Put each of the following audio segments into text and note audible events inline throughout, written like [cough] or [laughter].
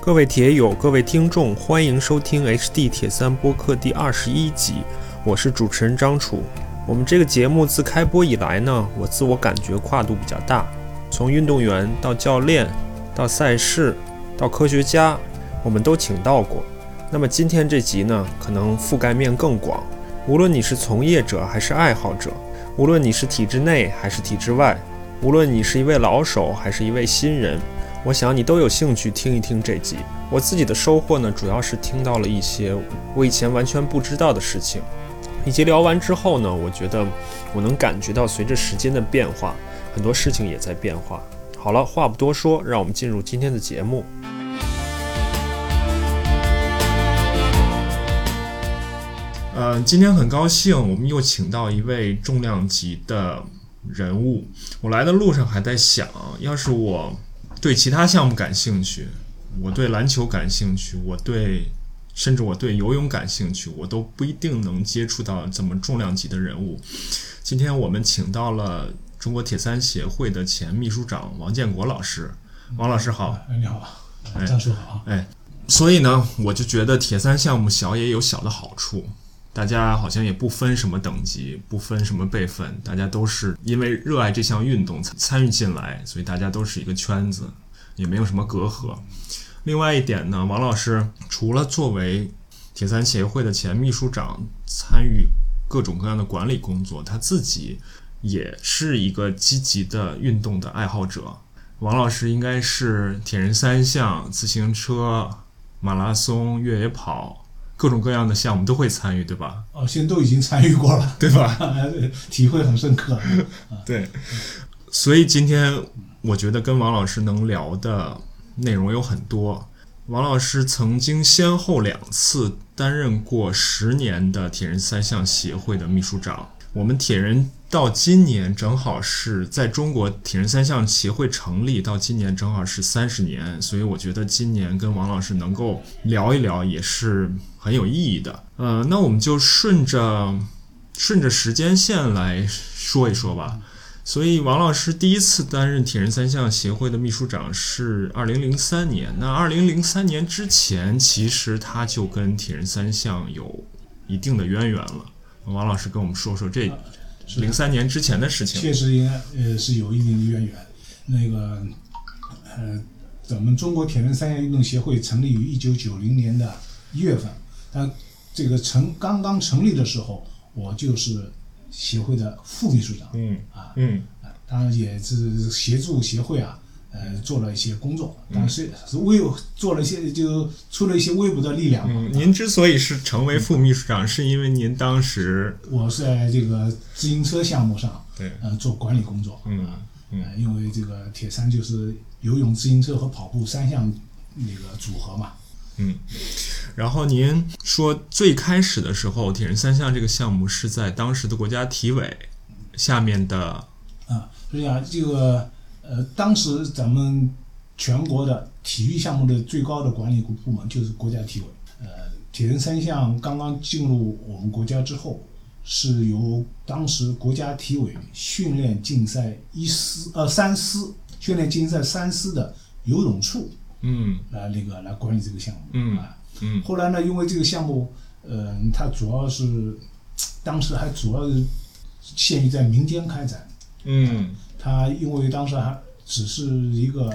各位铁友，各位听众，欢迎收听 HD 铁三播客第二十一集，我是主持人张楚。我们这个节目自开播以来呢，我自我感觉跨度比较大，从运动员到教练，到赛事，到科学家，我们都请到过。那么今天这集呢，可能覆盖面更广，无论你是从业者还是爱好者，无论你是体制内还是体制外，无论你是一位老手还是一位新人。我想你都有兴趣听一听这集。我自己的收获呢，主要是听到了一些我以前完全不知道的事情，以及聊完之后呢，我觉得我能感觉到随着时间的变化，很多事情也在变化。好了，话不多说，让我们进入今天的节目。呃，今天很高兴，我们又请到一位重量级的人物。我来的路上还在想，要是我。对其他项目感兴趣，我对篮球感兴趣，我对甚至我对游泳感兴趣，我都不一定能接触到这么重量级的人物。今天我们请到了中国铁三协会的前秘书长王建国老师，王老师好，哎、你好，张啊叔好，哎，所以呢，我就觉得铁三项目小也有小的好处。大家好像也不分什么等级，不分什么辈分，大家都是因为热爱这项运动参与进来，所以大家都是一个圈子，也没有什么隔阂。另外一点呢，王老师除了作为铁三协会的前秘书长参与各种各样的管理工作，他自己也是一个积极的运动的爱好者。王老师应该是铁人三项、自行车、马拉松、越野跑。各种各样的项目都会参与，对吧？哦，现在都已经参与过了， [laughs] 哎对吧？体会很深 [laughs] 刻。对，所以今天我觉得跟王老师能聊的内容有很多。王老师曾经先后两次担任过十年的铁人三项协会的秘书长。我们铁人到今年正好是在中国铁人三项协会成立到今年正好是三十年，所以我觉得今年跟王老师能够聊一聊也是。很有意义的，呃，那我们就顺着顺着时间线来说一说吧。所以，王老师第一次担任铁人三项协会的秘书长是二零零三年。那二零零三年之前，其实他就跟铁人三项有一定的渊源了。王老师跟我们说说这零三年之啊前的事情。确实应该呃是有一定的渊源。那个呃，咱们中国铁人三项运动协会成立于一九九零年的一月份。但这个成刚刚成立的时候，我就是协会的副秘书长，嗯啊，嗯，当然也是协助协会啊，呃，做了一些工作，但是微做了一些就出了一些微薄的力量。嗯，您之所以是成为副秘书长，是因为您当时我是在这个自行车项目上，对，呃，做管理工作，嗯嗯呃，因为这个铁三就是游泳、自行车和跑步三项那个组合嘛，嗯，然后您说最开始的时候，铁人三项这个项目是在当时的国家体委下面的，啊，所以啊，这个呃，当时咱们全国的体育项目的最高的管理部门就是国家体委。呃，铁人三项刚刚进入我们国家之后，是由当时国家体委训练竞赛一师呃三师训练竞赛三师的游泳处嗯来那个来管理这个项目。嗯啊，嗯后来呢，因为这个项目，嗯、它主要是当时还主要是限于在民间开展。嗯它因为当时还只是一个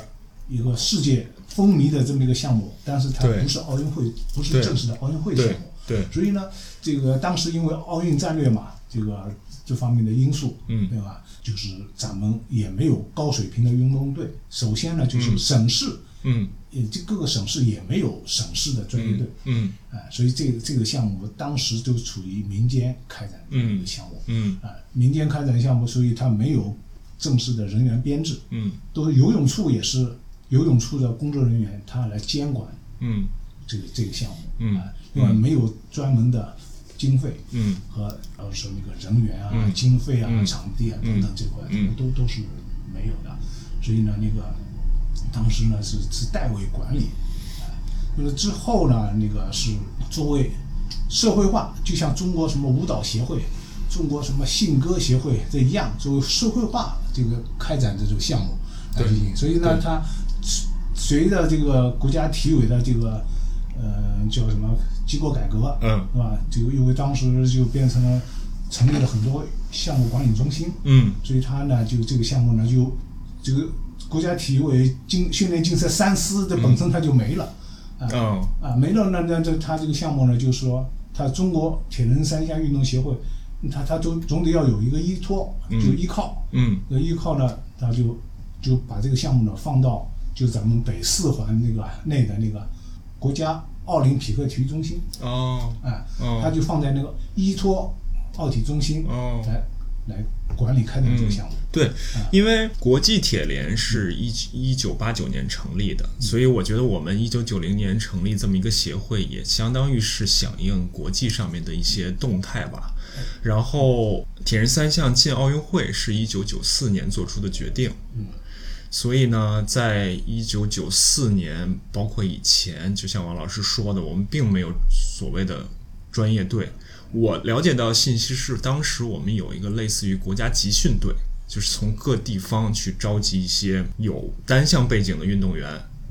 一个世界风靡的这么一个项目，但是它对不是奥运会，不对是正式的奥运会项对目，对，所以呢，这个当时因为奥运战略嘛，这个这方面的因素，嗯对吧？就是咱们也没有高水平的运动队。首先呢，就是嗯省市，嗯呃，这各个省市也没有省市的专业队嗯，嗯啊、所以这个这个项目当时就处于民间开展的一个项目，嗯啊、民间开展项目，所以它没有正式的人员编制，嗯都是游泳处也是游泳处的工作人员他来监管嗯这个这个项目，嗯啊，另外没有专门的经费嗯和然后说那个人员啊、嗯经费啊、嗯场地啊嗯等等这块、嗯都都是没有的，所以呢，那个当时呢是是代为管理，啊，那么之后呢，那个是作为社会化，就像中国什么舞蹈协会。中国什么信鸽协会这一样，作为社会化这个开展这种项目来进行，所以呢，它随着这个国家体委的这个呃叫什么机构改革，嗯是吧？这个因为当时就变成了成立了很多项目管理中心，嗯所以他呢就这个项目呢就这个国家体委竞训练竞赛三司这本身它就没了、哦啊，没了那那这他这个项目呢就是说他中国铁人三项运动协会，他他总总得要有一个依托，就嗯依靠。嗯那依靠呢，他就就把这个项目呢放到就咱们北四环那个内的那个国家奥林匹克体育中心，哦啊，哦他就放在那个依托奥体中心哦，来来管理开展这个项目。对，因为国际铁联是一一九八九年成立的，所以我觉得我们一九九零年成立这么一个协会，也相当于是响应国际上面的一些动态吧。然后，铁人三项进奥运会是一九九四年做出的决定。嗯所以呢，在一九九四年，包括以前，就像王老师说的，我们并没有所谓的专业队。我了解到信息是，当时我们有一个类似于国家集训队，就是从各地方去召集一些有单项背景的运动员，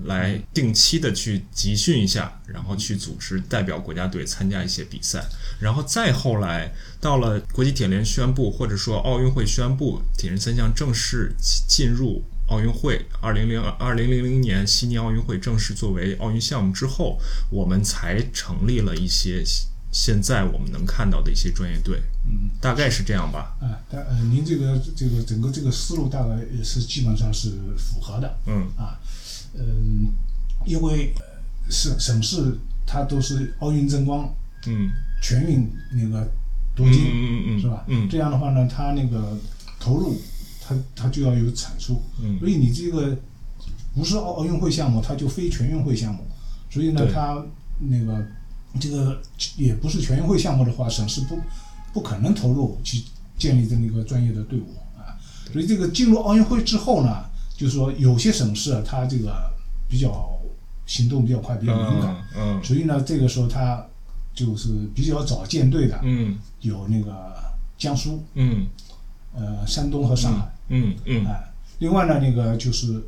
来定期的去集训一下，然后去组织代表国家队参加一些比赛。然后再后来，到了国际铁联宣布，或者说奥运会宣布，铁人三项正式进入奥运会，二零零二零零零年悉尼奥运会正式作为奥运项目之后，我们才成立了一些现在我们能看到的一些专业队，嗯大概是这样吧。啊，但呃，您这个这个整个这个思路大概也是基本上是符合的。嗯啊，嗯，因为呃省省市它都是奥运争光嗯全运那个夺嗯金。嗯嗯，是吧？嗯这样的话呢，它那个投入，它它就要有产出，所嗯以你这个不是奥奥运会项目，它就非全运会项目，所以呢，对它那个这个也不是全运会项目的话，省市不不可能投入去建立这么一个专业的队伍啊。所以这个进入奥运会之后呢，就是说有些省市啊，它这个比较行动比较快，比较敏感，嗯嗯所以呢，这个时候它就是比较早建队的，嗯有那个江苏。嗯呃山东和上海，嗯嗯，哎、另外呢，那个就是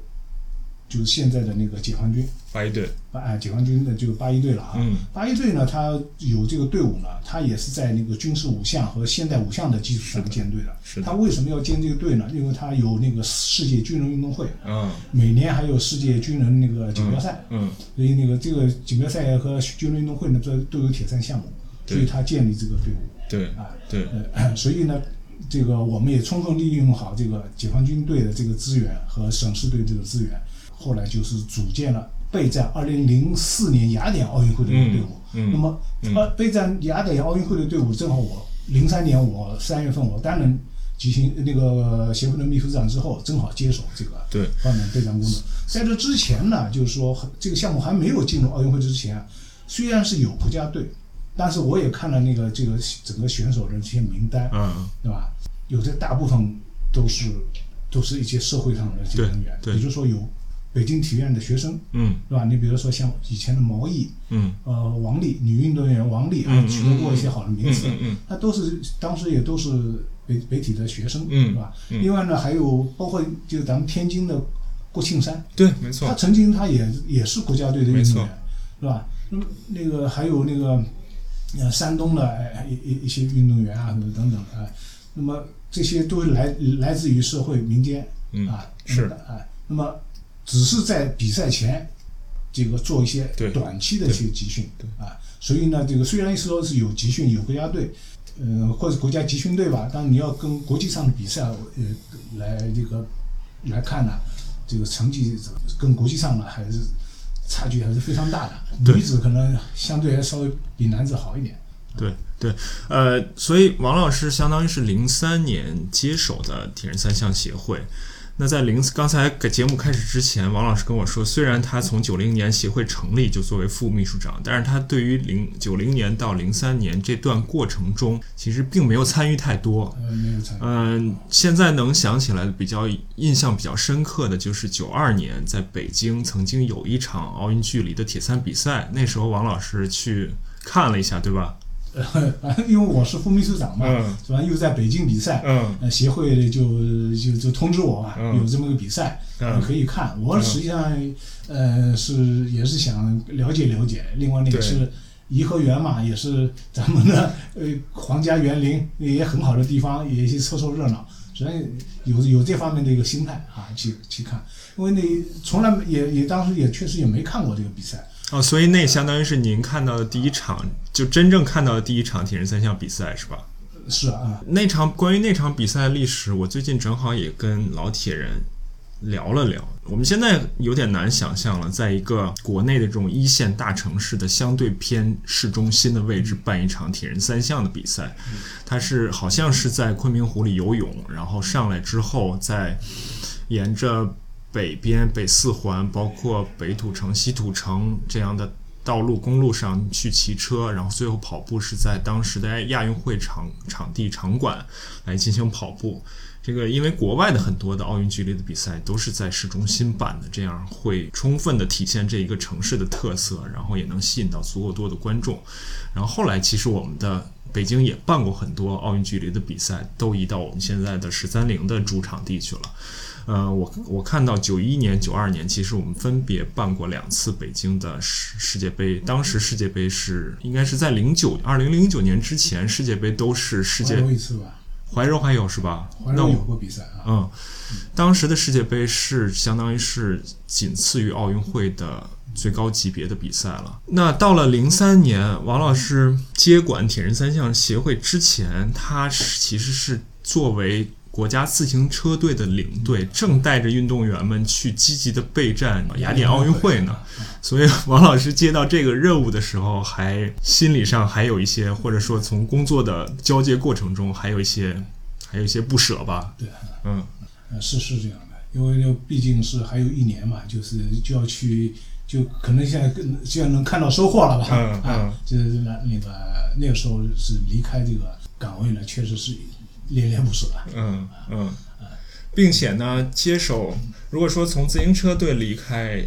就是现在的那个解放军，白队，八哎解放军的就八一队了啊。嗯八一队呢，它有这个队伍呢，它也是在那个军事五项和现代五项的基础上建队的。是它的，为什么要建这个队呢？因为它有那个世界军人运动会，嗯每年还有世界军人那个锦标赛，嗯所以那个这个锦标赛和军人运动会呢，这都有铁三项目，对所以它建立这个队伍对啊。对，呃，所以呢，这个我们也充分利用好这个解放军队的这个资源和省市队这个资源，后来就是组建了备战2004年雅典奥运会的一个队伍。嗯嗯那么，嗯呃，备战雅典奥运会的队伍，正好我零三年我三月份我担任执行那个协会的秘书长之后，正好接手这个对方面备战工作。在这之前呢，就是说这个项目还没有进入奥运会之前，虽然是有国家队，但是我也看了那个这个整个选手的这些名单，嗯对吧？有的大部分都是都是一些社会上的这个人员，对对比如说有北京体院的学生，嗯对吧？你比如说像以前的毛毅，嗯呃，王丽，女运动员王丽啊嗯，嗯取得过一些好的名嗯次，嗯那都是当时也都是北北体的学生，嗯对吧？嗯另外呢，还有包括就咱们天津的郭庆山，对，没错他，曾经他也也是国家队的运没动错员，是吧？那么那个还有那个呃山东的哎一一一些运动员啊什么等等啊，那么这些都是来来自于社会民间嗯啊，是啊，那么只是在比赛前这个做一些对短期的一对些集训对啊，所以呢，这个虽然说是有集训有国家队。呃，或者国家集训队吧，但你要跟国际上的比赛，呃，来这个来看呢、这个成绩跟国际上呢还是差距还是非常大的。对女子可能相对还稍微比男子好一点。对对，呃，所以王老师相当于是零三年接手的铁人三项协会。那在零刚才给节目开始之前，王老师跟我说，虽然他从九零年协会成立就作为副秘书长，但是他对于零九零年到零三年这段过程中，其实并没有参与太多。呃，没有成。嗯，现在能想起来比较印象比较深刻的就是九二年在北京曾经有一场奥运距离的铁三比赛，那时候王老师去看了一下，对吧？呃， [laughs] 反正因为我是副秘书长嘛，嗯是吧？又在北京比赛，嗯呃，协会就就就通知我啊，嗯有这么个比赛，嗯可以看。我实际上，呃，是也是想了解了解。另外呢，也对是颐和园嘛，也是 [laughs] 咱们的呃皇家园林，也很好的地方，也去凑凑热闹。所以有有这方面的一个心态啊，去去看，因为你从来没也也当时也确实也没看过这个比赛，哦，所以那相当于是您看到的第一场，就真正看到的第一场铁人三项比赛是吧？是啊，那场关于那场比赛的历史，我最近正好也跟老铁人聊了聊。我们现在有点难想象了，在一个国内的这种一线大城市的相对偏市中心的位置办一场铁人三项的比赛，它是好像是在昆明湖里游泳，然后上来之后再沿着北边北四环，包括北土城、西土城这样的道路、公路上去骑车，然后最后跑步是在当时的亚运会场场地场馆来进行跑步。这个因为国外的很多的奥运距离的比赛都是在市中心办的，这样会充分的体现这一个城市的特色，然后也能吸引到足够多的观众。然后后来其实我们的北京也办过很多奥运距离的比赛，都移到我们现在的十三陵的主场地去了。呃，我我看到九一年、九二年，其实我们分别办过两次北京的世世界杯。当时世界杯是应该是在零九二零零九年之前，世界杯都是世还界有一次吧，怀柔还有是吧？怀那柔我有过比赛啊，嗯，当时的世界杯是相当于是仅次于奥运会的最高级别的比赛了。那到了零三年，王老师接管铁人三项协会之前，他是其实是作为国家自行车队的领队，正带着运动员们去积极的备战雅典奥运会呢。所以王老师接到这个任务的时候，还心理上还有一些，或者说从工作的交接过程中，还有一些，还有一些不舍吧。对，嗯。呃，是是这样的，因为就毕竟是还有一年嘛，就是就要去，就可能现在更现在能看到收获了吧？嗯嗯 [laughs] 啊，就是那那个那个时候是离开这个岗位呢，确实是恋恋不舍啊。嗯，嗯，并且呢，接手如果说从自行车队离开，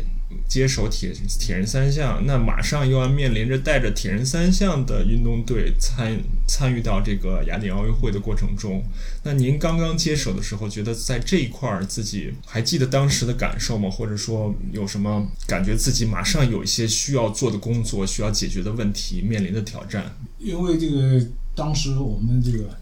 接手铁铁人三项，那马上又要面临着带着铁人三项的运动队参参与到这个雅典奥运会的过程中。那您刚刚接手的时候，觉得在这一块儿自己还记得当时的感受吗？或者说有什么感觉自己马上有一些需要做的工作、需要解决的问题、面临的挑战？因为这个当时我们这个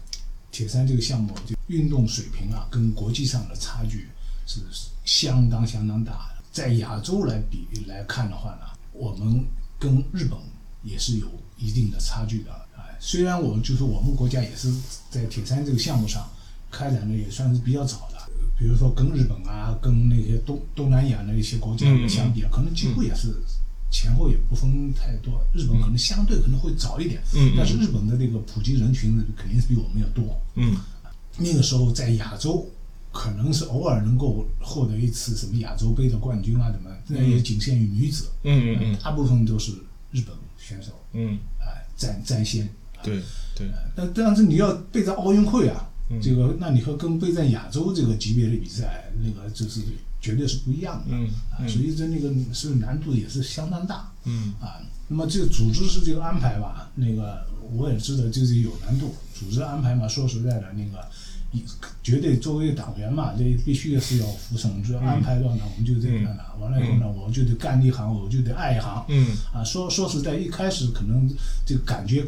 铁三这个项目，就运动水平啊，跟国际上的差距是相当相当大的。在亚洲来比来看的话呢，我们跟日本也是有一定的差距的啊。虽然我就是我们国家也是在铁三这个项目上开展的也算是比较早的，比如说跟日本啊，跟那些东东南亚的一些国家嗯嗯嗯相比啊，可能几乎也是前后也不分太多。日本可能相对可能会早一点，嗯但是嗯日本的这个普及人群肯定是比我们要多。嗯那个时候在亚洲，可能是偶尔能够获得一次什么亚洲杯的冠军啊，怎么那也仅限于女子，嗯嗯大部分都是日本选手嗯，啊、占占先。对对，但但是你要备战奥运会啊，嗯这个那你和跟备战亚洲这个级别的比赛，那个就是绝对是不一样的。嗯啊，所嗯以这那个是难度也是相当大。嗯。啊，那么这个组织是这个安排吧，那个我也知道就是有难度，组织安排嘛，说实在的，那个一绝对作为党员嘛，这必须是要服从，只要嗯安排到哪我们就这样哪，完了以后呢，我就得干一行，我就得爱一行，嗯啊，说说实在，一开始可能这个感觉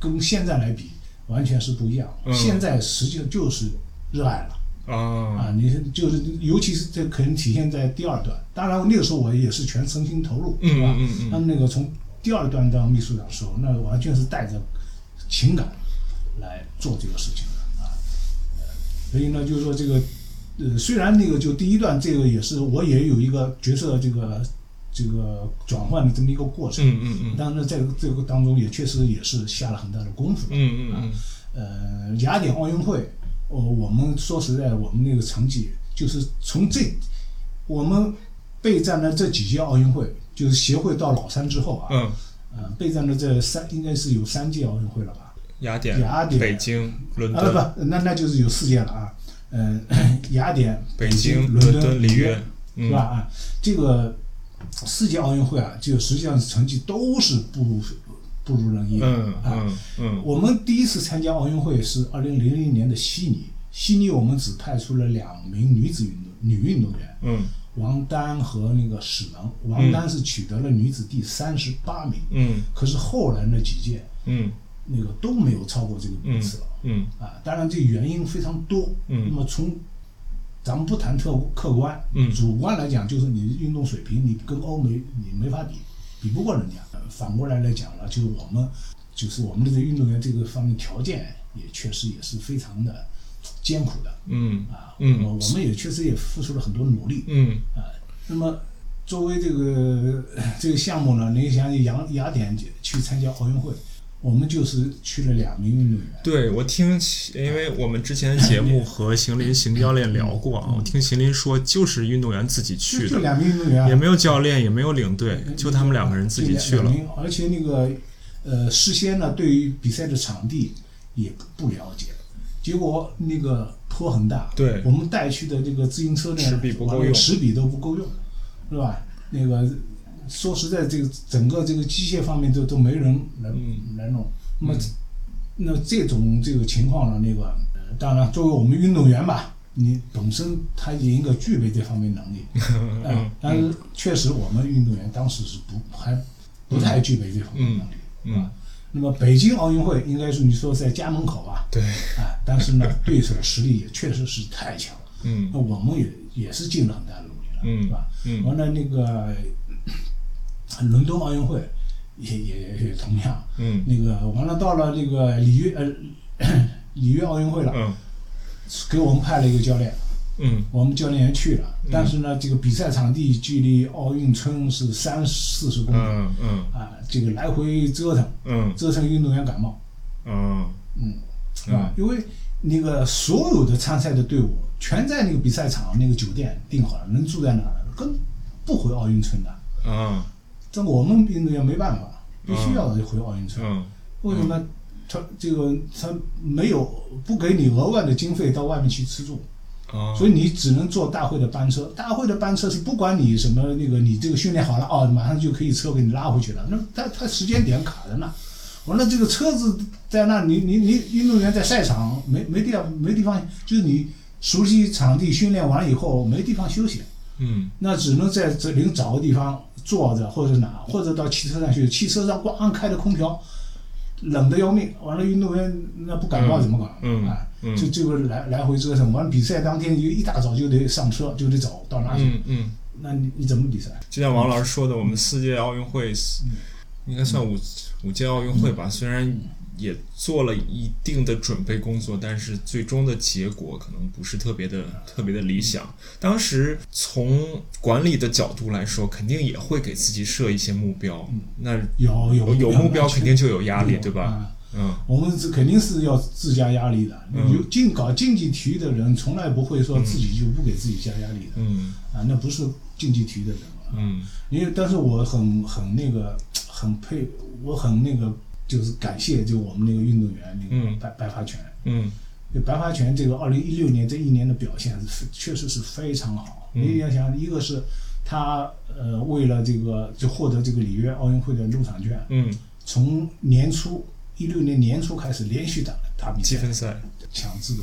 跟现在来比完全是不一样，嗯现在实际上就是热爱了。啊，啊，你就是，尤其是这可能体现在第二段。当然，那个时候我也是全身心投入，是吧？嗯嗯嗯那那个从第二段当秘书长的时候，那完全是带着情感来做这个事情的啊。呃所以呢，就是说这个，呃，虽然那个就第一段这个也是我也有一个角色这个这个转换的这么一个过程，嗯嗯嗯但是在这个当中也确实也是下了很大的功夫。嗯嗯呃，雅典奥运会，呃，我们说实在，我们那个成绩就是从这我们备战的这几届奥运会，就是协会到老三之后啊，嗯，呃，备战的这三应该是有三届奥运会了吧？雅典、雅典北京、伦敦、啊，不，那那就是有四届了啊。嗯、雅典、北京、京、伦敦、里里约，，嗯是吧？啊，这个世界奥运会啊，就实际上成绩都是不不如人意。嗯啊嗯嗯我们第一次参加奥运会是二零零零年的悉尼，悉尼我们只派出了两名女子运动女运动员，嗯王丹和那个史能。王丹是取得了女子第三十八名，嗯可是后来那几届嗯那个都没有超过这个名次了。嗯啊，当然这个原因非常多。嗯那么从咱们不谈特客观，嗯主观来讲，就是你运动水平，你跟欧美你没法比，比不过人家。呃反过来来讲呢，就是我们，就是我们的这个运动员这个方面条件也确实也是非常的艰苦的嗯啊。嗯我我们也确实也付出了很多努力嗯啊。那么作为这个这个项目呢，你想雅雅典去参加奥运会，我们就是去了两名运动员。对，我听起，因为我们之前节 [laughs] 目和邢林邢教练聊过啊，我听邢林说，就是运动员自己去就就的，两名嗯运动员啊，也没有教练，也没有领队，就他们两个人自己去就了两。名而且那个呃，事先呢，对于比赛的场地也不了解，结果那个坡很大，对我们带去的这个自行车呢，齿比不够用完了齿比都不够用，是吧？那个说实在，这个整个这个机械方面都都没人来、嗯来弄，那么、嗯那这种这个情况呢，那个、呃当然作为我们运动员吧。你本身他也应该具备这方面能力，嗯，但是确实我们运动员当时是不还不太具备这方面能力。嗯，那么北京奥运会应该是你说在家门口啊，对，啊，但是 [laughs] 呢，对手实力也确实是太强，嗯那我们也也是尽了很大的努力了，嗯是吧？嗯完了那个咳伦敦奥运会也也也同样，嗯那个完了到了这个里约呃 [coughs] 咳里约奥运会了，嗯给我们派了一个教练，嗯我们教练员去了嗯，但是呢，这个比赛场地距离奥运村是三四十公里、嗯嗯啊，这个来回折腾，嗯折腾运动员感冒，嗯嗯，啊嗯，因为那个所有的参赛的队伍全在那个比赛场那个酒店订好了，能住在哪儿跟不回奥运村的，嗯这我们运动员没办法，必须要回奥运村，嗯为什么？他这个他没有不给你额外的经费到外面去吃住，嗯，所以以你只能坐大会的班车。大会的班车是不管你什么那个，你这个训练好了哦，马上就可以车给你拉回去了。那它它时间点卡在那，完了这个车子在那，你你你运动员在赛场没没地方没地方，就是你熟悉场地训练完了以后没地方休息，嗯那只能在只能找个地方坐着或者哪，或者到汽车上去。汽车上光开着空调，冷得要命。完了运动员那不感冒怎么搞？嗯啊嗯就这个来来回折腾，完了比赛当天就一大早就得上车，就得走到哪去？嗯嗯。那你你怎么比赛？就像王老师说的，我们四届奥运会是应该算五五届奥运会吧，虽然也做了一定的准备工作，但是最终的结果可能不是特别的特别的理想。当时从管理的角度来说，肯定也会给自己设一些目标，那有有有目标肯定就有压力，有对吧？啊嗯我们是肯定是要自加压力的。嗯有竞搞竞技体育的人，从来不会说自己就不给自己加压力的、嗯啊，那不是竞技体育的人啊。嗯因为但是我很很那个很佩，我很那个就是感谢就我们那个运动员那嗯个白、白发全，嗯就白发全这个二零一六年这一年的表现是非确实是非常好。嗯你要想，一个是他呃为了这个就获得这个里约奥运会的入场券，嗯，从年初一六年年初开始连续打打比积赛，分赛，抢资格，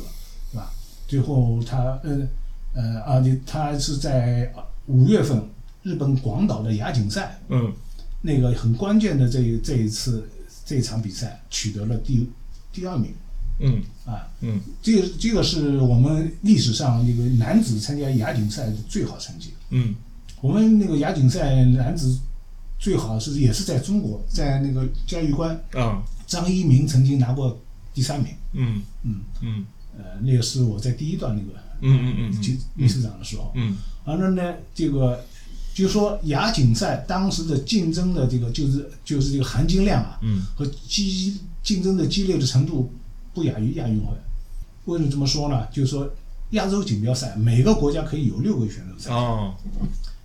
是吧？最后他呃呃而且他是在五月份日本广岛的亚锦赛。嗯那个很关键的这一这一次这一场比赛取得了第第二名嗯啊，嗯这个这个是我们历史上那个男子参加亚锦赛的最好成绩。嗯我们那个亚锦赛男子最好是也是在中国，在那个嘉峪关，啊张一鸣曾经拿过第三名。嗯嗯，嗯呃，那个是我在第一段那个嗯嗯嗯就秘书长的时候，嗯完了呢，这个就说亚锦赛当时的竞争的这个就是就是这个含金量啊，嗯和激竞争的激烈的程度不亚于亚运会。为什么这么说呢？就是说亚洲锦标赛每个国家可以有六个选手嗯赛。哦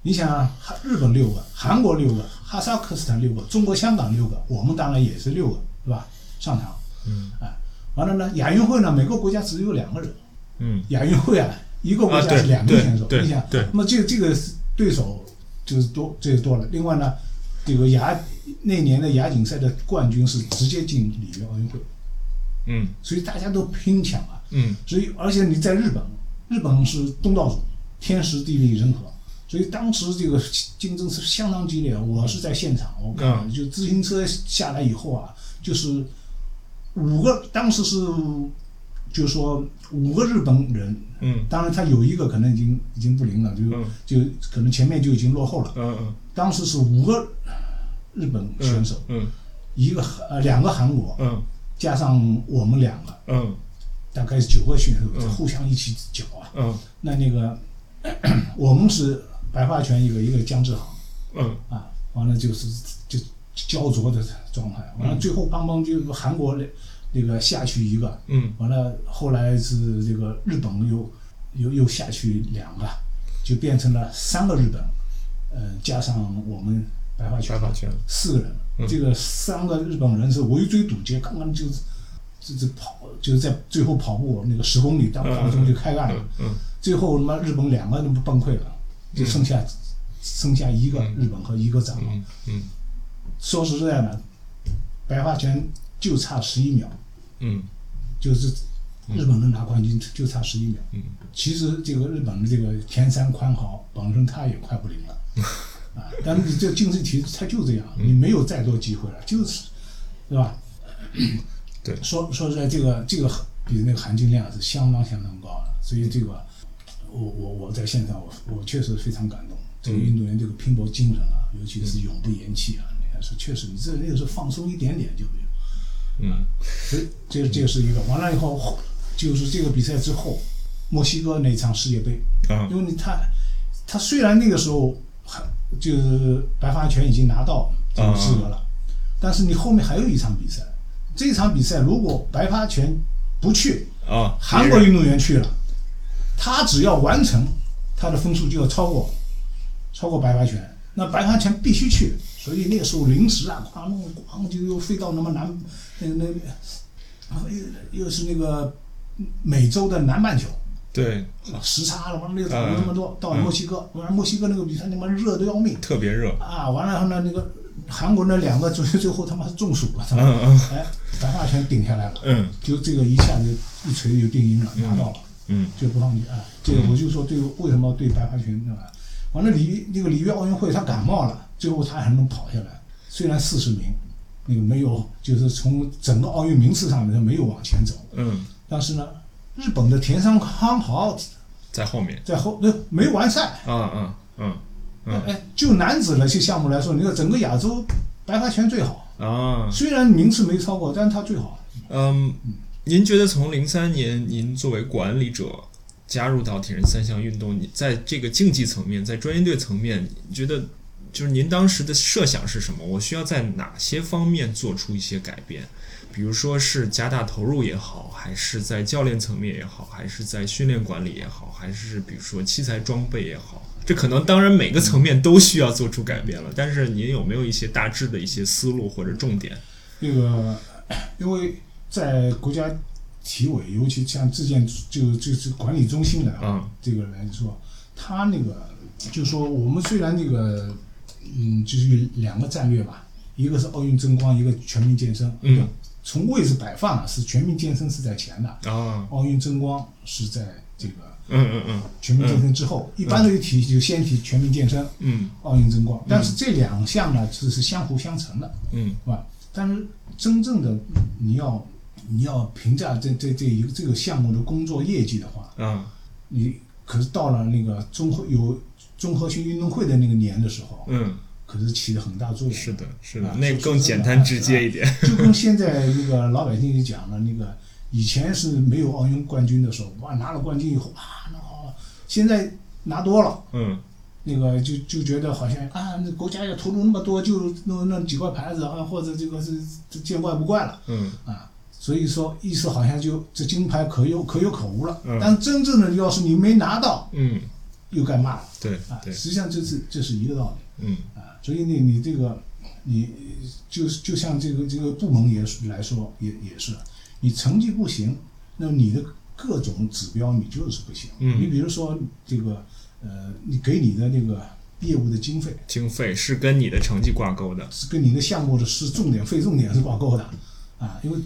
你想啊，哈日本六个，韩国六个，哈萨克斯坦六个，中国香港六个，我们当然也是六个，是吧？上场嗯啊，完了呢，亚运会呢，每个国家只有两个人。嗯。亚运会啊，一个国家是两个选手，啊对对你想，对那么这这个对手就是多，这就多了。另外呢，这个亚那年的亚锦赛的冠军是直接进里约奥运会，嗯所以大家都拼抢啊。嗯所以而且你在日本，日本是东道主，天时地利人和，所以当时这个竞争是相当激烈。我是在现场，我看啊了就自行车下来以后啊，就是五个，当时是就是说五个日本人，嗯当然他有一个可能已经已经不灵了，就、嗯就可能前面就已经落后了。嗯当时是五个日本嗯，选手，嗯一个呃两个韩国，嗯加上我们两个，嗯大概是九个选手嗯互相一起搅啊。嗯那那个 [coughs] 我们是白化拳一个一个姜志航嗯啊，完了就是就焦灼的状态，嗯完了最后邦邦就韩国那那个下去一个，嗯完了后来是这个日本又又又下去两个，就变成了三个日本，呃，加上我们白化拳白发圈，四个人，嗯这个三个日本人是围追堵截，刚刚就是就是跑就是在最后跑步那个十公里当嗯嗯当中就开干了。嗯嗯最后他妈日本两个人都崩溃了，就剩下、剩下一个嗯日本和一个长毛。嗯嗯说实在的，白化拳就差十一秒，嗯就是嗯日本能拿冠军就差十一秒。嗯其实这个日本的这个田山宽豪本身他也快 [laughs] 不灵了，啊，但是你这竞技体育它就这样，嗯你没有再多机会了，就是，对吧？对说说实在，这个这个比那个含金量是相当相当高的，所以这个我我我在现场我我确实非常感动，这个嗯运动员这个拼搏精神啊，尤其是永不言弃啊，那个是确实你这那个是放松一点点就没有。嗯所以这这是一个。完了以后，后就是这个比赛之后，墨西哥那场世界杯，啊因为你他他虽然那个时候还就是白发拳已经拿到这个资格了，但是你后面还有一场比赛，这场比赛如果白发拳不去，啊，韩国运动员去了，他只要完成，他的分数就要超过超过白发拳。那白发拳必须去，所以那个时候临时啊，哐弄哐就又飞到那么南那个那个，啊又又是那个美洲的南半球。对时差了，完了那个岛那么多，到墨西哥，完了墨西哥那个比赛他妈热的要命特别热，啊！完了以后呢，那个韩国那两个最最后他妈是中暑了，他妈嗯嗯哎，白发全顶下来了，嗯就这个一下子一锤就定音了，拿到了。嗯就不放弃啊。这个我就说对，为什么对白发拳对吧？完了里那个里约奥运会他感冒了，最后他还能跑下来，虽然四十名，那个没有就是从整个奥运名次上面他没有往前走，嗯，但是呢，日本的田山康豪在后面在后呃没完赛，啊啊嗯嗯哎，就男子的这项目来说，你看整个亚洲白发拳最好，啊虽然名次没超过，但是他最好。嗯，您觉得从零三年您作为管理者加入到铁人三项运动，你在这个竞技层面，在专业队层面，你觉得就是您当时的设想是什么？我需要在哪些方面做出一些改变？比如说是加大投入也好，还是在教练层面也好，还是在训练管理也好，还是比如说器材装备也好，这可能当然每个层面都需要做出改变了。但是您有没有一些大致的一些思路或者重点？那个， [clears throat] 因为在国家体委，尤其像质检就就是管理中心来啊，嗯这个来说，他那个就是说，我们虽然这个，嗯，就是有两个战略吧，一个是奥运争光，一个全民健身。嗯对吧，从位置摆放啊，是全民健身是在前的，啊，奥运争光是在这个嗯嗯嗯全民健身之后。一般的体就先提全民健身，嗯奥运争光，但是这两项呢，是是相辅相成的。嗯是吧？但是真正的你要你要评价这这这一个这个项目的工作业绩的话，啊你可是到了那个综合有综合性运动会的那个年的时候，嗯，可是起了很大作用。是的，是的啊，那是更是简的单直接一点。就跟现在那个老百姓讲的那个，以前是没有奥运冠军的时候，哇，拿了冠军以后啊，那好，现在拿多了。嗯那个就就觉得好像啊，那国家要投入那么多，就弄那几块牌子啊，或者这个是这见怪不怪了。嗯啊，所以说意思好像就这金牌可有可有可无了。嗯但真正的要是你没拿到，嗯，又该骂了对啊。对，实际上这是这是一个道理嗯啊。所以呢，你这个你就是就像这个这个部门也是来说也也是，你成绩不行，那你的各种指标你就是不行。嗯你比如说这个呃，你给你的那个业务的经费，经费是跟你的成绩挂钩的。是跟你的项目的是重点非重点是挂钩的啊，因为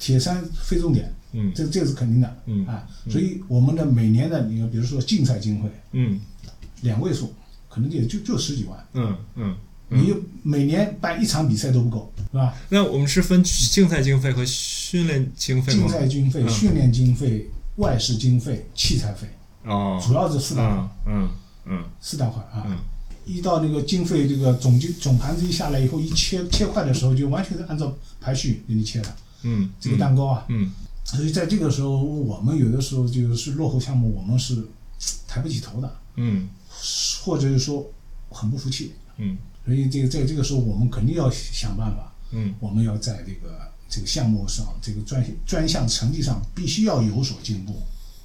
铁三非重点，嗯这这是肯定的嗯啊，所以我们的每年的你比如说竞赛经费嗯两位数，可能也就就十几万，嗯嗯。嗯你就每年办一场比赛都不够，是吧？那我们是分竞赛经费和训练经费吗？竞赛经费、嗯训练经费、外事经费、器材费，哦，主要是四大块嗯嗯嗯四大块啊。嗯一到那个经费这个总经总盘子一下来以后，一切切块的时候，就完全是按照排序给你切了嗯，这个蛋糕啊。嗯所以在这个时候，我们有的时候就是落后项目，我们是抬不起头的，嗯或者是说很不服气。嗯所以这个在这个时候，我们肯定要想办法，嗯我们要在这个这个项目上，这个专专项成绩上必须要有所进步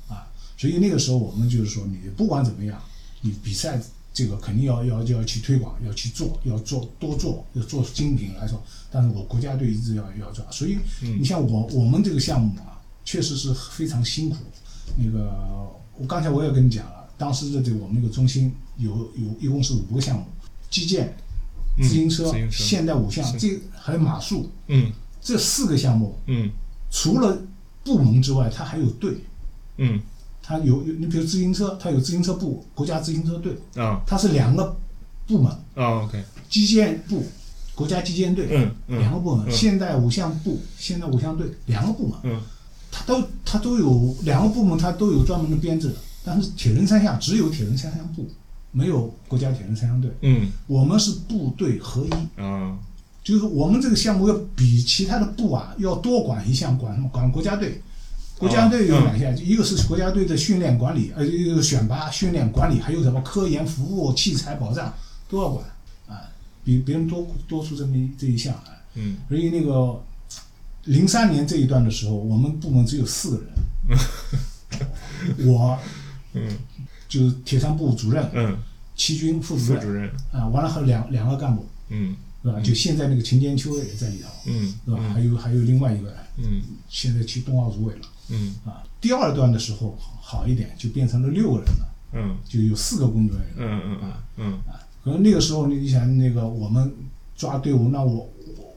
啊。所以那个时候，我们就是说，你不管怎么样，你比赛这个肯定要要要去推广，要去做，要做多做，要做精品来说。但是我国家队一直要要抓，所以嗯你像我我们这个项目啊，确实是非常辛苦。那个我刚才我也跟你讲了，当时的这个我们那个中心有有一共是五个项目，击剑、嗯自行车、自行车现代五项，是这还有马术，嗯这四个项目嗯除了部门之外，它还有队，嗯它有有你比如自行车，它有自行车部，国家自行车队，啊它是两个部门，啊 OK，击剑部，国家击剑队。嗯两个嗯部门，现代五项部、现代五项队两个部门，嗯它都它都有两个部门，它都有专门的编制的。但是铁人三项只有铁人三项部，没有国家铁人三项队。嗯我们是部队合一，啊就是我们这个项目要比其他的部啊要多管一项，管什么？管国家队。国家队有两项，一个是国家队的训练管理，呃，一个是选拔、训练管理，还有什么科研服务、器材保障都要管啊，比别人多多出这么一这一项啊。嗯所以那个零三年这一段的时候，我们部门只有四个人， [laughs] 我嗯就是铁三部主任、嗯，七军副主副任主任，啊，完了还有两两个干部，嗯是吧？就现在那个秦坚秋也在里头，嗯是吧？还有还有另外一个人，嗯现在去冬奥组委了嗯啊。第二段的时候好一点，就变成了六个人了，嗯就有四个工作人员嗯嗯嗯啊。可能那个时候你想那个我们抓队伍，那我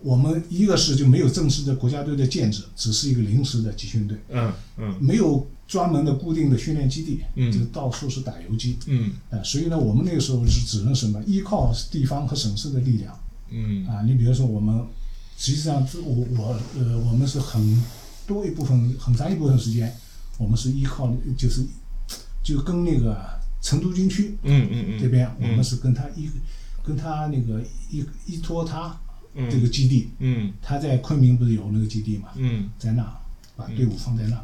我们一个是就没有正式的国家队的建制，只是一个临时的集训队，嗯嗯没有专门的固定的训练基地，嗯就到处是打游击嗯啊。所以呢，我们那个时候是只能什么依靠地方和省市的力量嗯啊。你比如说我们，实际上这我我呃我们是很多一部分很长一部分时间，我们是依靠就是就跟那个成都军区嗯嗯这边，我们是跟他依跟他那个依依托他这个基地，嗯他在昆明不是有那个基地嘛，嗯，在那把队伍放在那，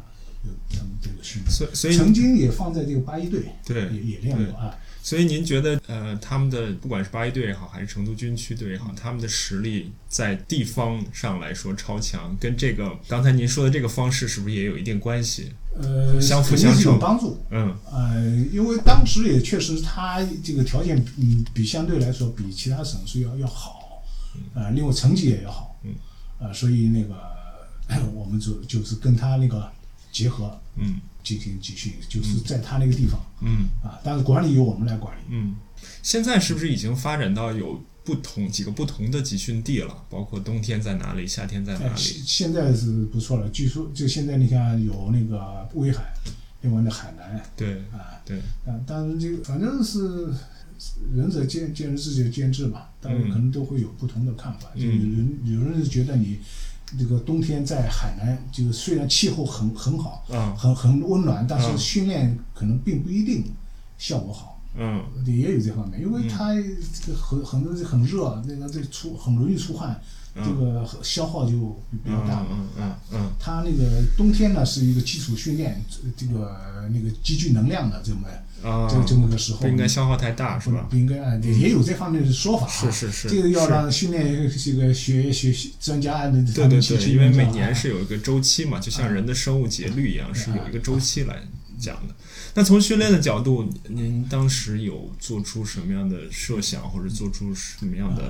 有他们这个训练，所所以曾经也放在这个八一队对也也练过啊，所以您觉得，呃，他们的不管是八一队也好，还是成都军区队也好，他们的实力在地方上来说超强，跟这个刚才您说的这个方式是不是也有一定关系？呃，相辅肯定相是有成帮助。嗯呃，因为当时也确实他这个条件，嗯，比相对来说比其他省市要要好，呃，另外成绩也要好，嗯，呃，所以那个我们就就是跟他那个结合嗯进行集训，就是在他那个地方嗯啊，但是管理由我们来管理，嗯。现在是不是已经发展到有不同几个不同的集训地了？包括冬天在哪里，夏天在哪呃，现里？现在是不错了，据说就现在你看有那个威海，另外那海南对啊，对，啊，但是这个反正是仁者见见仁，智者见智嘛，大家嗯可能都会有不同的看法。就有人嗯有人是觉得你这个冬天在海南，就虽然气候很很好，嗯很很温暖，但是嗯训练可能并不一定效果好。嗯也有这方面，因为嗯它这个很很多是很热，那个这个出很容易出汗，嗯这个消耗就比较嗯大嘛。嗯嗯嗯它那个冬天呢是一个基础训练，这个那个积聚能量的这么嗯啊这这么个时候，不应该消耗太大，是不吧？不应该啊，也也有这方面的说法啊。是是是这个要是让训练这个学学学专家的对对对，因为每年。他们去去啊是有一个周期嘛，就像人的生物节律一样，是啊有一个周期来讲的。那从训练的角度，您当时有做出什么样的设想，或者做出什么样的？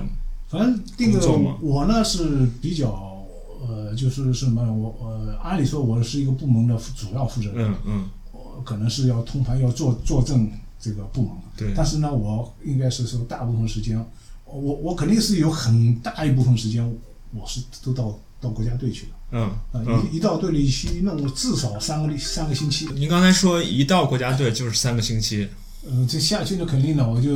反正这工个作嘛我呢是比较呃，就是什么我呃，按理说我是一个部门的主要负责人，嗯嗯我可能是要通盘要做作证这个部门的。对但是呢，我应该是说大部分时间，我我肯定是有很大一部分时间我是都到到国家队去了。嗯啊、嗯。一一到队里去弄了至少三个三个星期，您刚才说一到国家队就是三个星期，嗯，这下去呢肯定的，我就，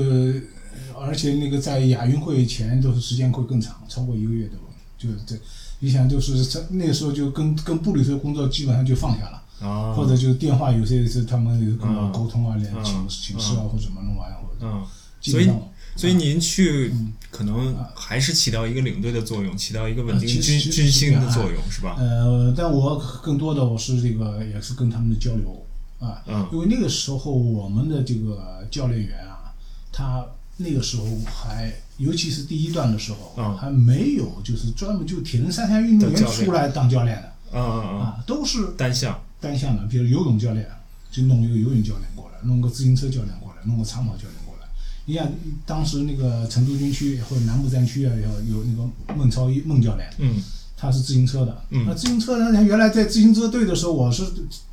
呃而且那个在亚运会前都是时间会更长，超过一个月对吧？就这，你想就是这那个时候就跟跟部里头工作基本上就放下了，啊，或者就电话有些是他们有跟我嗯沟通啊，连嗯请请示啊或者怎么弄啊，或者嗯，基本上所所以您去嗯可能还是起到一个领队的作用，起到一个稳定啊其实军其实军心是这的样啊作用，是吧？呃，但我更多的我是这个也是跟他们的交流啊，嗯因为那个时候我们的这个教练员啊，他那个时候还，尤其是第一段的时候，嗯还没有就是专门就铁人三项运动的员教练出来当教练的嗯嗯啊，都是嗯，单项，单项的，比如游泳教练就弄一个游泳教练过来，弄个自行车教练过来，弄个长跑教练过来。你想当时那个成都军区或者南部战区啊，有有那个孟超一孟教练，嗯他是自行车的，嗯那自行车呢？原来在自行车队的时候，我是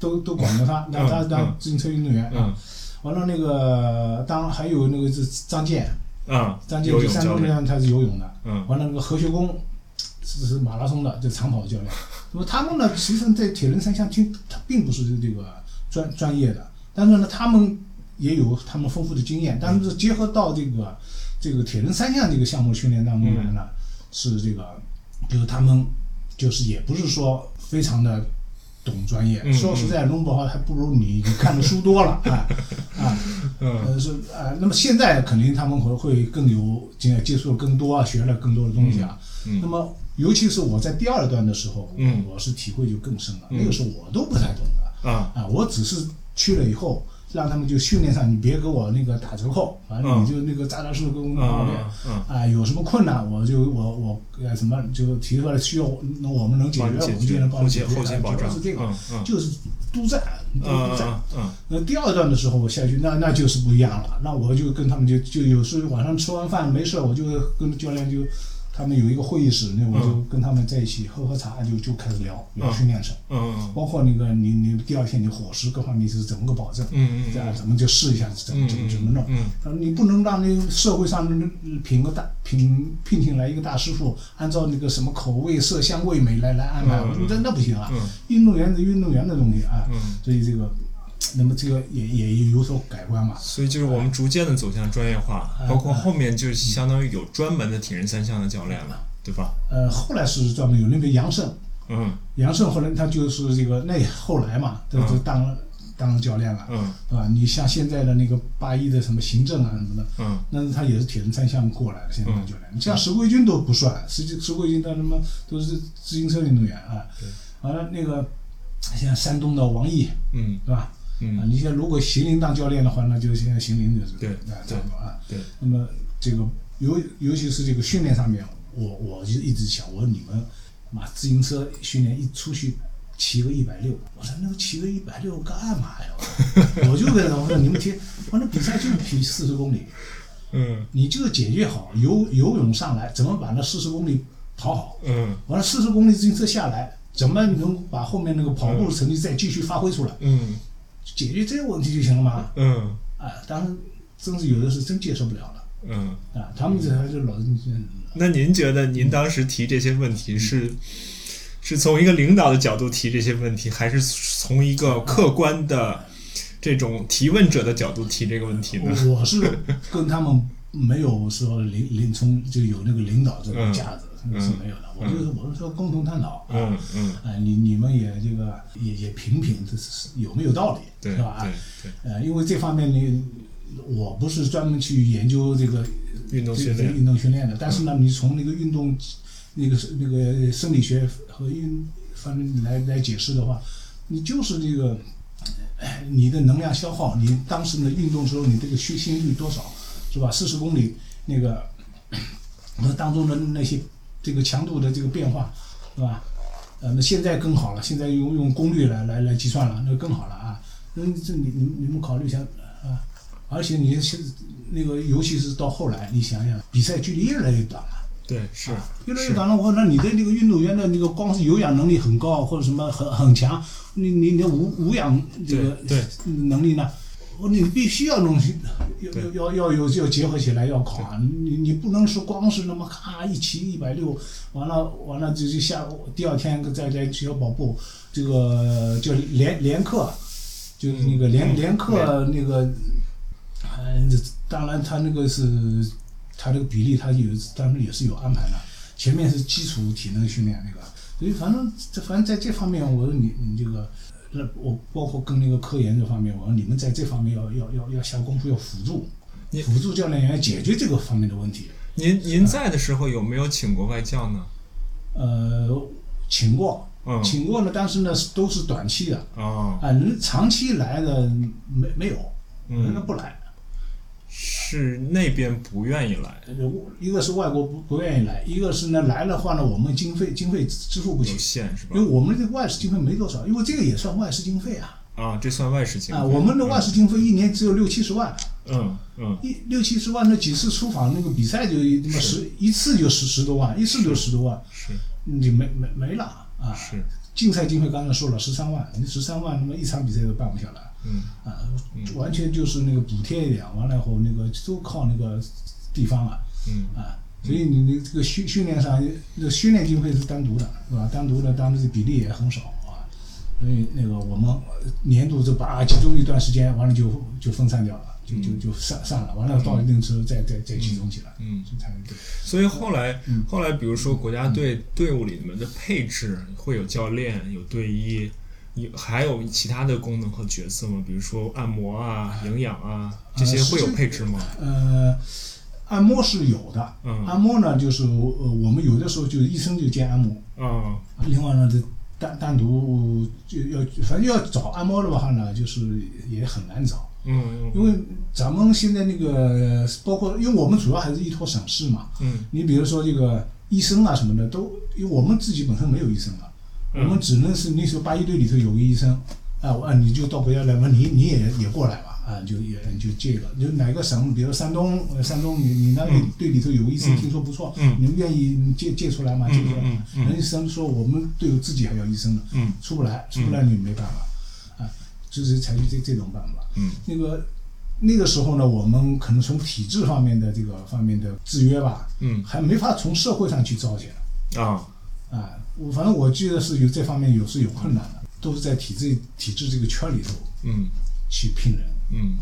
都都管着他，让他嗯当自行车运动员。嗯完了那个，当然还有那个是张健，嗯，张健游是泳山教东练，人，他是游泳的。嗯完了那个何学工是是马拉松的，就长跑 [laughs] 教练。那么他们呢，实际上在铁人三项并他并不是这个专专业的，但是呢，他们也有他们丰富的经验，但是结合到这个这个铁人三项这个项目训练当中来呢，是这个，比如他们就是也不是说非常的。懂专业，嗯说实在，龙宝还不如你，你看的书多了，啊啊，嗯呃，是呃，那么现在肯定他们会会更有接接触的更多啊，学了更多的东西啊。那嗯么尤其是我在第二段的时候，嗯我是体会就更深了。嗯那个时候我都不太懂的啊啊，我只是去了以后，让他们就训练上你别给我那个打折扣，反正嗯你就那个扎扎实实跟我教练。嗯嗯，啊，有什么困难我就我我呃什么就提出来需要，那我们能解决，帮你我解们尽决量帮后你勤解决。后勤啊保主要障，是这个，嗯嗯就是督战，督战。嗯嗯那第二段的时候我下去，那那就是不一样了。那我就跟他们就就有时候晚上吃完饭没事，我就跟教练就他们有一个会议室，那我就跟他们在一起喝喝茶，就就开始聊聊训练上，嗯包括那个你你第二天你伙食各方面是怎么个保证，嗯这样嗯咱们就试一下怎么怎么怎么弄。嗯呃你不能让那个社会上那聘个大聘聘请来一个大师傅，按照那个什么口味、色香味美来来安排，嗯嗯嗯那那不行啊！嗯运动员是运动员的东西啊，嗯，所以这个，那么这个也也有所改观嘛。所以就是我们逐渐的走向专业化，包括后面就相当于有专门的铁人三项的教练了，对吧？呃，后来是专门有那个杨胜，嗯杨胜后来他就是这个，那后来嘛，他嗯就当了当了教练了，嗯对吧？你像现在的那个八一的什么行政啊什么的，嗯那他也是铁人三项过来的，现在嗯就来。你像石桂军都不算，石石桂军他他妈都是自行车运动员啊对。完了那个，像山东的王毅，嗯对吧？啊，嗯你像如果邢林当教练的话，那就现在邢林就是对啊，对差不多啊。对，那么这个尤尤其是这个训练上面，我我就一直想，我说你们妈自行车训练一出去骑个一百六，我说那个骑个一百六干嘛呀？我就跟他我说你们踢，我说比赛就是比四十公里，嗯你就解决好游游泳上来，怎么把那四十公里跑好？嗯完了四十公里自行车下来，怎么能把后面那个跑步的成绩再继续发挥出来？嗯解决这个问题就行了嘛。嗯啊，当然，真是有的是真接受不了了嗯。啊！他们这还是老嗯那您觉得您当时提这些问题是？是从一个领导的角度提这些问题，还是从一个客观的这种提问者的角度提这个问题呢？我我是跟他们没有说领领从就有那个领导这个架子、嗯是没有的，我就是我是说共同探讨。嗯嗯，啊，你你们也这个也也评评，这是有没有道理，对是吧对？对，呃，因为这方面你我不是专门去研究这个运动这训个练，运动训练的，但是呢，你从那个运动那个是那个生理学和运反正来来解释的话，你就是这个哎你的能量消耗，你当时的运动时候你这个血心率多少是吧？四十公里那个那当中的那些这个强度的这个变化是吧？呃，那现在更好了，现在用用功率来来来计算了，那更好了啊。那这你你你们考虑一下啊，而且你现那个，尤其是到后来，你想想，比赛距离越来越短了，对是啊越来越是短了。我那你的那个运动员的那个光是有氧能力很高，或者什么很很强，你你你的无无氧这个对对能力呢？哦你必须要弄，要要要有要结合起来要考啊！你你不能是光是那么咔一骑一百六，完了完了就就下第二天再再学跑步，这个就连连课，就是那个嗯连连课那个，嗯，当然他那个是他这个比例他有，当然也是有安排的，前面是基础体能训练那个，所以反正这反正在这方面，我说你你这个。那我包括跟那个科研这方面，我说你们在这方面要要要要下功夫，要辅助你，辅助教练员解决这个方面的问题。您您在的时候有没有请过外教呢？呃，请过，嗯，请过呢，但是呢都是短期的，哦，啊，人长期来的没没有，人家嗯，不来。是那边不愿意来，呃一个是外国不不愿意来，一个是呢来了话呢，我们经费经费支付不有起，限是吧因为？我们这个外事经费没多少，因为这个也算外事经费啊。啊，这算外事情啊，我们的外事，事经费一年只有六七十万，嗯嗯，一六七十万那几次出访那个比赛就那么是十一次就十十多万，一次就十多万，是你没没没了啊！是，竞赛经费刚才说了十三万，你十三万那么一场比赛都办不下来嗯啊嗯，完全就是那个补贴一点，完了以后那个都靠那个地方了嗯啊。所以你你这个训训练上，那个训练经费是单独的，是吧？单独的，当然这比例也很少啊。所以那个我们呃年度就把它集中一段时间，完了就就分散掉了，就就就散散了，完了到一定时候再再再集中起来，嗯，这才对。所以后来嗯后来，比如说国家队队伍里面的配置会有教练、有队医，有还有其他的功能和角色吗？比如说按摩啊、营养啊这些会有配置吗？呃，按摩是有的，嗯按摩呢就是呃我们有的时候就医生就兼按摩，啊另外呢这单单独就要反正要找按摩的话呢，就是也很难找，嗯因为咱们现在那个包括因为我们主要还是依托省市嘛，嗯你比如说这个医生啊什么的都，因为我们自己本身没有医生啊，我嗯们只能是那时候八一队里头有个医生，啊，我啊你就到国家来吧，你你也也过来吧，啊，就也就这个，就哪个省，比如山东，呃山东你你那嗯队里头有个医生，嗯听说不错，嗯你们愿意借借出来吗？借出来嗯吗，嗯嗯人家医生说我们队友自己还要医生呢，嗯出不来，出不来你没办法，啊，就是采取这这种办法。嗯那个那个时候呢，我们可能从体制方面的这个方面的制约吧，嗯还没法从社会上去彰显啊啊。我反正我记得是有这方面有是有困难的，都是在体制体制这个圈里头嗯去聘人，嗯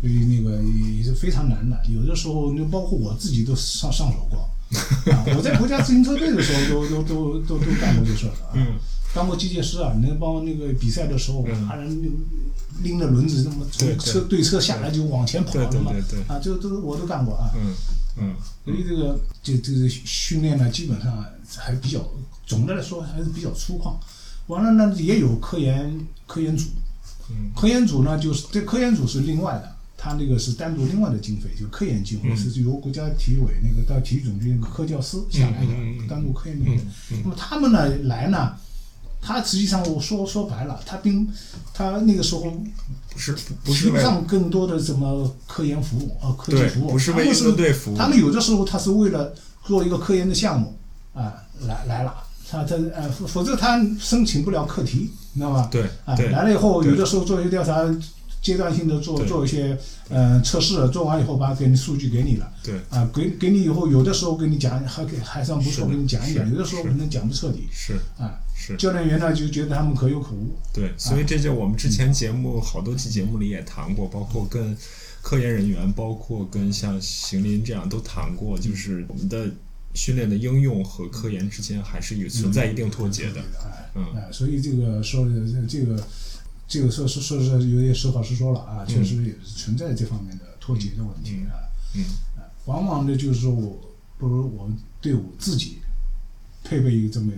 所以那个也是非常难的。有的时候，那包括我自己都上上手过。啊，我在国家自行车队的时候都，都都都都干过这事儿的啊。嗯当过机械师啊，你能帮那个比赛的时候，嗯把人拎着轮子那么对对从车对车下来就往前跑对对了嘛对对，啊，这都我都干过啊。嗯嗯所以这个这这个训练呢，基本上还比较总的来说还是比较粗犷。完了呢，也有科研科研组，嗯科研组呢就是这科研组是另外的，它那个是单独另外的经费，就科研经费嗯是由国家体育委那个到体育总局那个科教司下来嗯嗯嗯嗯的，单独科研经费。那嗯么他们呢来呢，他实际上我说说白了，他并他那个时候不是不是提不为上更多的什么科研服务啊、科技对服务，不是为他一个们是队服务他们有的时候他是为了做一个科研的项目啊来来了，他他呃否否则他申请不了课题，你知道吧？对啊，对来了以后对有的时候做一些调查。阶段性的做对做一些呃测试，做完以后把给你数据给你了，对啊，给给你以后有的时候给你讲还给还算不是错，的给你讲一讲，是有的时候是可能讲不彻底是啊。是教练员呢就觉得他们可有可无，对，所以这就我们之前节目好多期节目里也谈过，包括跟科研人员，包括跟像邢林这样都谈过，就是我们的训练的应用和科研之间还是有存在一定脱节的。哎嗯哎，所以这个说的这个这个说说说说有点实话实说了啊，确实也是存在这方面的脱节的问题嗯啊。嗯啊往往呢就是说我不如我们队伍自己配备一个这么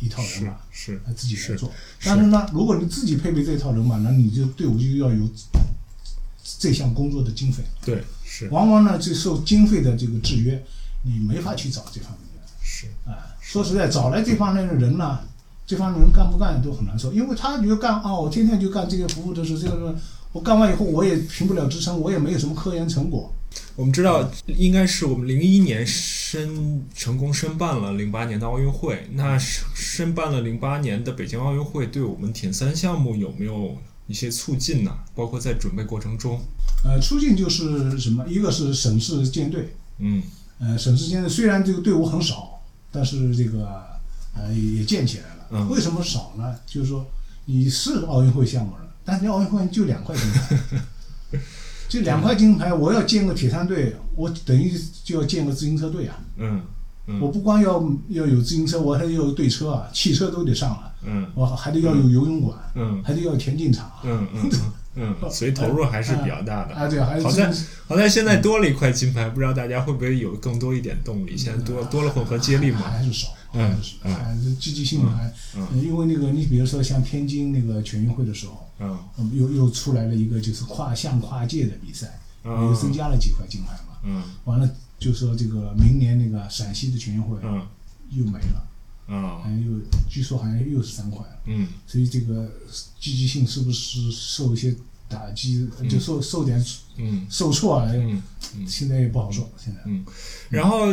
一套人是马，是啊自己来做。是但是呢，如果你自己配备这套人马，那你就队伍就要有这项工作的经费。对是往往呢就受经费的这个制约，你没法去找这方面的。是啊，说实在，找来这方面的人呢，这方面人干不干都很难说，因为他觉得干啊，我天天就干这个服务的时候，这个我干完以后我也评不了职称，我也没有什么科研成果。我们知道，应该是我们零一年申成功申办了零八年的奥运会。那申申办了零八年的北京奥运会，对我们田三项目有没有一些促进呢、包括在准备过程中，呃，出境就是什么？一个是省市舰队，嗯呃，省市舰队虽然这个队伍很少，但是这个呃也也建起来了。嗯为什么少呢？就是说你是奥运会项目了，但是你奥运会就两块金牌， [laughs] 这两块金牌，我要建个铁三队，我等于就要建个自行车队啊！嗯嗯，我不光要要有自行车，我还得要有队车啊，汽车都得上啊，嗯我还得要有游泳馆，嗯还得要田径场啊，嗯嗯嗯嗯，所以投入还是比较大的。啊对啊，还有嗯好自在行好在现在多了一块金牌，不知道大家会不会有更多一点动力？现在多多了混合接力嘛，还是少，嗯还是少嗯还是积极性还嗯，呃因为那个你比如说像天津那个全运会的时候，嗯嗯又又出来了一个就是跨项跨界的比赛，嗯又增加了几块金牌嘛。嗯完了就说这个明年那个陕西的全运会嗯又没了，嗯好像又据说好像又是三块了，嗯所以这个积极性是不是受一些打击，嗯就受受点嗯受挫啊？嗯。现在也不好说，现在然后，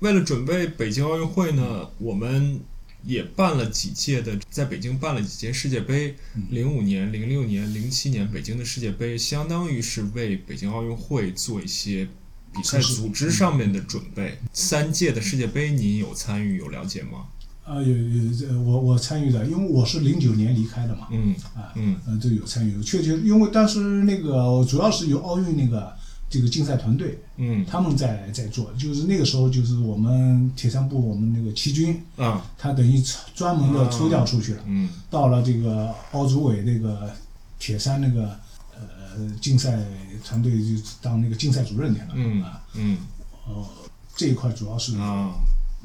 为了准备北京奥运会呢，我们也办了几届的，在北京办了几届世界杯嗯。零五年、零六年、零七年北京的世界杯，相当于是为北京奥运会做一些比赛是组织上面的准备。三届的世界杯您有参与有了解吗？啊有有呃我我参与的，因为我是零九年离开的嘛，嗯啊嗯呃，这有参与，确实，因为当时那个主要是由奥运那个这个竞赛团队嗯他们在在做，就是那个时候就是我们铁三部我们那个七军，啊他等于抽专门的抽调出去了，嗯到了这个奥组委那个铁三那个呃竞赛团队就当那个竞赛主任去了，嗯啊，嗯呃这一块主要是啊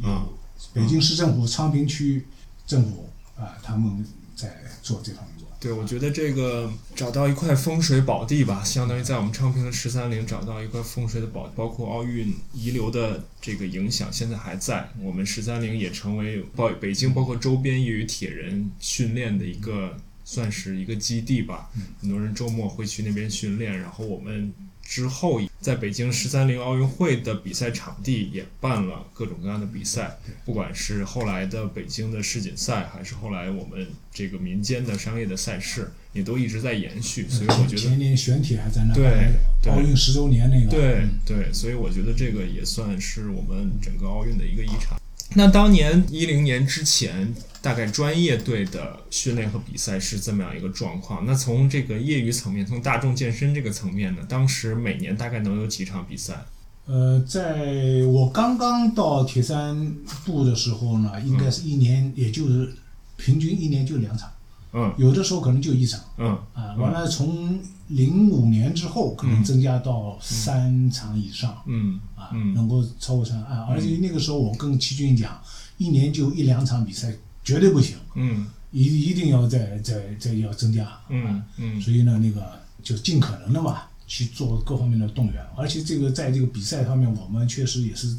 啊北京市政府昌平区政府啊他们在做这方面做，对，我觉得这个找到一块风水宝地吧，相当于在我们昌平的十三陵找到一块风水的宝，包括奥运遗留的这个影响，现在还在。我们十三陵也成为包北京包括周边业余铁人训练的一个算是一个基地吧嗯。很多人周末会去那边训练，然后我们之后在北京十三陵奥运会的比赛场地也办了各种各样的比赛。不管是后来的北京的世锦赛，还是后来我们这个民间的商业的赛事，也都一直在延续。所以我觉得，前年选铁还在那对对奥运十周年那个对嗯对，所以我觉得这个也算是我们整个奥运的一个遗产。那当年一零年之前，大概专业队的训练和比赛是这么样一个状况。那从这个业余层面，从大众健身这个层面呢，当时每年大概能有几场比赛？呃，在我刚刚到铁三部的时候呢，应该是一年，也就是平均一年就两场，嗯有的时候可能就一场嗯啊。完了，从零五年之后，可能增加到三场以上嗯啊，嗯能够超过三啊。而且那个时候我跟齐军讲，一年就一两场比赛绝对不行，嗯一一定要再再再要增加。嗯嗯所以呢，那个就尽可能的嘛去做各方面的动员，而且这个在这个比赛方面，我们确实也是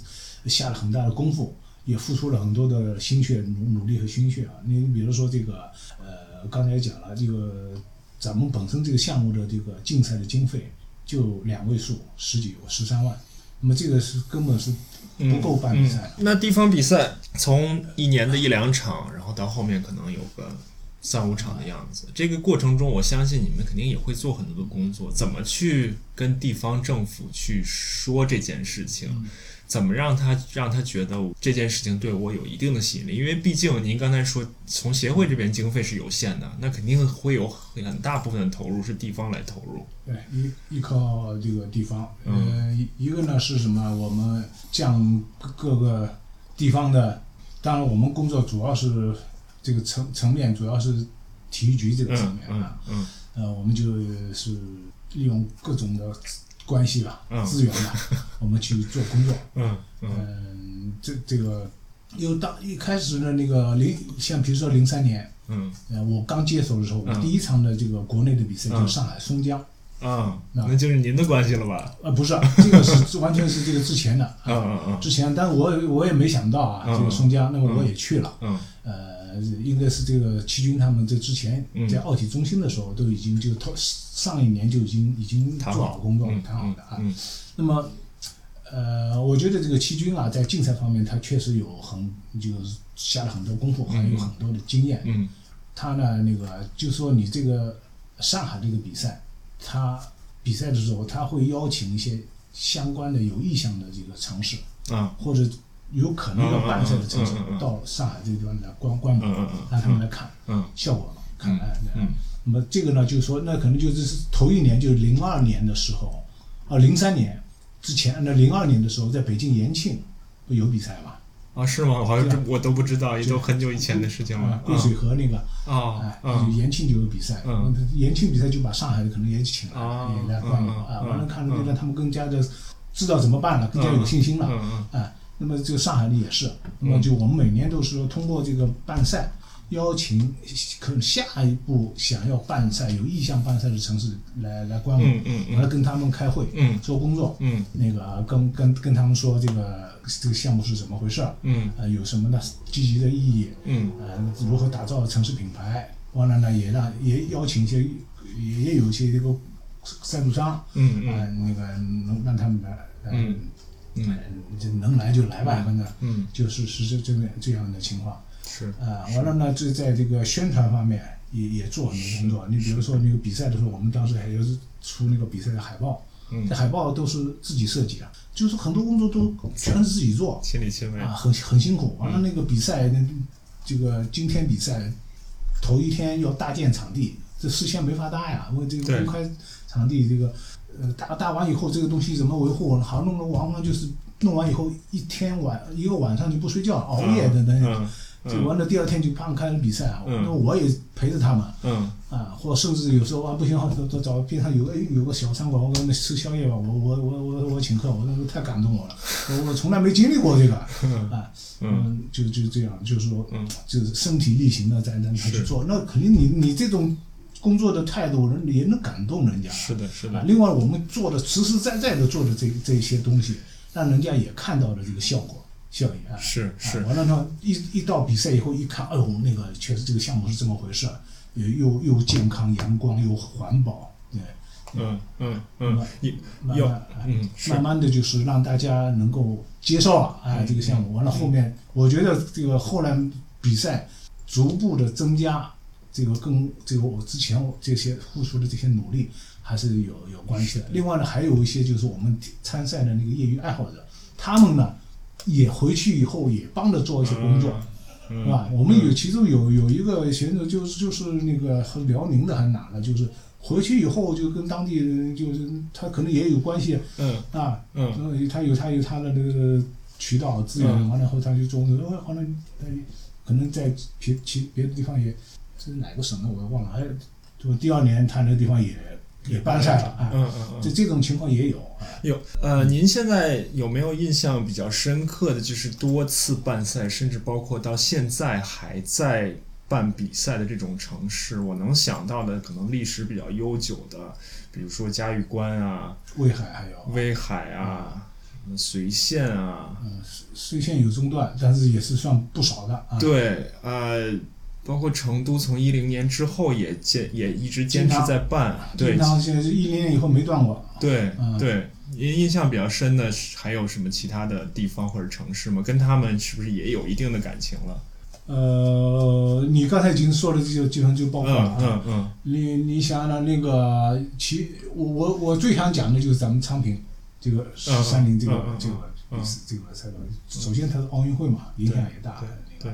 下了很大的功夫，也付出了很多的心血、努努力和心血啊。你比如说这个，呃，刚才也讲了，这个咱们本身这个项目的这个竞赛的经费就两位数，十几十三万，那么这个是根本是嗯不够办比赛的。那地方比赛从一年的一两场，然后到后面可能有个三五场的样子。这个过程中，我相信你们肯定也会做很多的工作，怎么去跟地方政府去说这件事情嗯，怎么让他让他觉得这件事情对我有一定的吸引力？因为毕竟您刚才说，从协会这边经费是有限的，那肯定会有很大部分的投入是地方来投入。对，依依靠这个地方，嗯呃，一一个呢是什么？我们向各个地方的，当然我们工作主要是这个层层面，主要是体育局这个层嗯面嗯啊，嗯呃，我们就是利用各种的关系吧、嗯资 [laughs] 源吧，我们去做工作。嗯嗯嗯，这这个，因为当一开始的那个零，像比如说零三年，嗯呃，我刚接手的时候，我嗯第一场的这个国内的比赛就嗯是上海松江。嗯，那就是您的关系了吧？呃，不是，这个是完全是这个之前的，啊嗯嗯嗯之前，但我也我也没想到啊，嗯这个松江，那么嗯我也去了，嗯呃，应该是这个齐军他们这之前嗯在奥体中心的时候都已经就头上一年就已经已经谈做好好工作了嗯，谈好的啊。嗯那么，呃，我觉得这个齐军啊，在竞赛方面他确实有很就是下了很多功夫，还有嗯很多的经验。嗯他呢，那个就说你这个上海这个比赛，他比赛的时候他会邀请一些相关的有意向的这个城市啊，或者有可能要办赛的城市嗯嗯嗯嗯嗯到上海这个地方来观观摩，嗯嗯嗯让他们来看嗯效果嘛，看嗯哎。对嗯那么这个呢，就是说，那可能就是头一年，就是零二年的时候，啊，零三年之前，那零二年的时候，在北京延庆不有比赛嘛？啊，是吗？我好像对这啊我都不知道，也都很久以前的事情啊了，。桂水河那个，啊哎，就啊延庆就有比赛，嗯那延庆比赛就把上海的可能也请来啊了，也来观摩嗯嗯啊，嗯完了看了就嗯让他们更加的知道怎么办了，更加有信心了。嗯嗯啊，那么这个上海呢也是，那么就我们每年都是说通过这个办赛，邀请可能下一步想要办赛、有意向办赛的城市来来观摩，嗯嗯完嗯了跟他们开会嗯做工作，嗯那个啊跟跟跟他们说这个这个项目是怎么回事儿，嗯啊有什么的积极的意义，嗯呃如何打造城市品牌，完了呢也让也邀请一些也也有一些这个赞助商啊、嗯呃嗯那个能让他们来，呃嗯嗯嗯，就能来就来吧，反正嗯，就是是这这个这样的情况是啊。完了呢，这在这个宣传方面也也做很多工作。你比如说那个比赛的时候，我们当时还要出那个比赛的海报，嗯这海报都是自己设计的，就是很多工作都全是自己做亲力亲为啊，很很辛苦。完了嗯那个比赛，那这个今天比赛头一天要搭建场地，这事先没法搭呀，因为这个对公开场地这个。呃，搭搭完以后，这个东西怎么维护？好，弄了完完就是弄完以后，一天晚一个晚上就不睡觉，熬夜等等，嗯就嗯完了第二天就帮开始比赛啊。嗯那我也陪着他们嗯啊，或甚至有时候啊不行，都都找边上有个有个小餐馆，我给他们吃宵夜吧。我我我我我请客，我那时候太感动我了，我我从来没经历过这个啊。 [laughs] 嗯，嗯，就就这样，就是说，嗯就是身体力行的在那去是做。那肯定你你这种工作的态度，人也能感动人家。是的，是啊，的，另外我们做的实实在在的做的这这些东西，让人家也看到了这个效果效益啊。是啊是，完了呢，一一到比赛以后一看，哎呦，那个确实这个项目是这么回事儿，呃又又健康、阳光又环保，对，嗯嗯嗯，也慢要慢哎嗯是慢慢的就是让大家能够接受了，哎，嗯这个项目。完了后面，我觉得这个后来比赛逐步的增加，这个跟这个我之前我这些付出的这些努力还是有有关系的。另外呢，还有一些就是我们参赛的那个业余爱好者，他们呢也回去以后也帮着做一些工作。嗯是吧？我们有其中有有一个选手，就是就是那个和辽宁的还是哪的，就是回去以后就跟当地人，就是他可能也有关系嗯啊，嗯呃他有他有他的那个渠道资源，嗯完了后他就中国，哦，好像呃可能在别其别的地方也，这是哪个省的我忘了，还就第二年他那个地方也也办赛了啊，嗯嗯这这种情况也有啊。有呃，您现在有没有印象比较深刻的就是多次办赛，甚至包括到现在还在办比赛的这种城市？我能想到的可能历史比较悠久的，比如说嘉峪关啊、威海还有，威海啊、什么随县啊，嗯，虽现有中断，但是也是算不少的啊。对，呃，包括成都从一零年之后也坚也一直坚持在办，对经常现在是一零年以后没断过。对嗯对。您印象比较深的是还有什么其他的地方或者城市吗？跟他们是不是也有一定的感情了？呃，你刚才已经说了，这就基本上就包括了啊。嗯嗯你你想想那个，其我我我最想讲的就是咱们昌平这个十三陵这个、嗯嗯嗯这个嗯比赛这个赛道。首先它是奥运会嘛，影响也大。对那个对，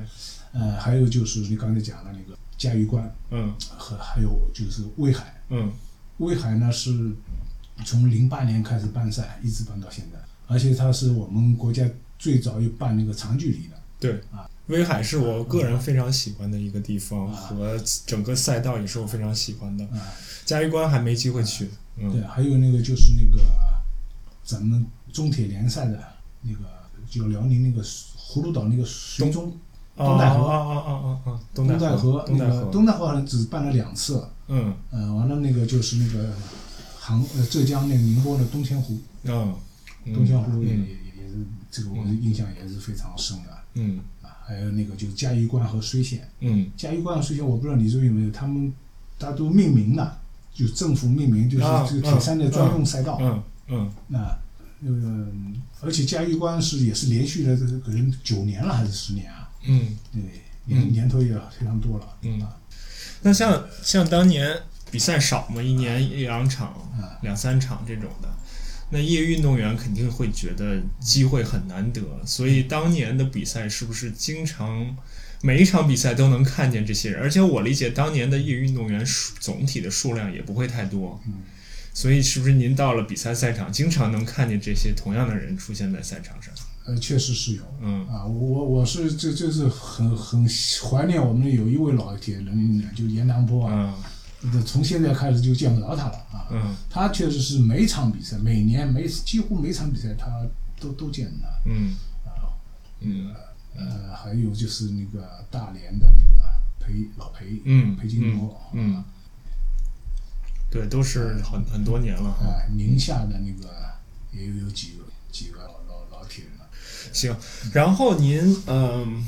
呃，还有就是你刚才讲的那个嘉峪关嗯和还有就是威海，嗯威海呢是从零八年开始办赛，一直办到现在，而且它是我们国家最早又办那个长距离的。对啊。威海是我个人非常喜欢的一个地方，啊和整个赛道也是我非常喜欢的。啊、嘉峪关还没机会去，对，嗯还有那个就是那个咱们中铁联赛的那个，就辽宁那个葫芦岛那个绥中啊东戴河啊啊啊啊啊，东东戴河，东那戴个河，东戴河好像只办了两次，嗯呃，完了那个就是那个杭呃浙江那个宁波的东千湖，嗯，嗯东千湖也、嗯也也也是这个我的印象也是非常深的啊，嗯还有那个就是嘉峪关和睢县，嗯，嘉峪关和睢县我不知道你注意没有，他们他都命名了，就政府命名就是啊这个铁山的专用赛道。嗯嗯那嗯，而且嘉峪关是也是连续了这个可能九年了还是十年啊？嗯。对，年嗯年头也非常多了。嗯啊，那像像当年比赛少嘛，一年一两场、嗯两三场这种的。那业余运动员肯定会觉得机会很难得，所以当年的比赛是不是经常每一场比赛都能看见这些人？而且我理解，当年的业余运动员数总体的数量也不会太多，嗯所以是不是您到了比赛赛场，经常能看见这些同样的人出现在赛场上？呃，确实是有嗯啊，我我我是这这是很很怀念我们有一位老铁人，就严良波啊，嗯这从现在开始就见不着他了啊。嗯他确实是每场比赛，每年每几乎每场比赛他都都见他嗯啊。嗯呃，还有就是那个大连的那个裴老裴，嗯，裴金嗯波，啊嗯，对，都是很很多年了哈。啊，宁夏的那个也有有几个几个老老老铁人了。啊行，然后您嗯，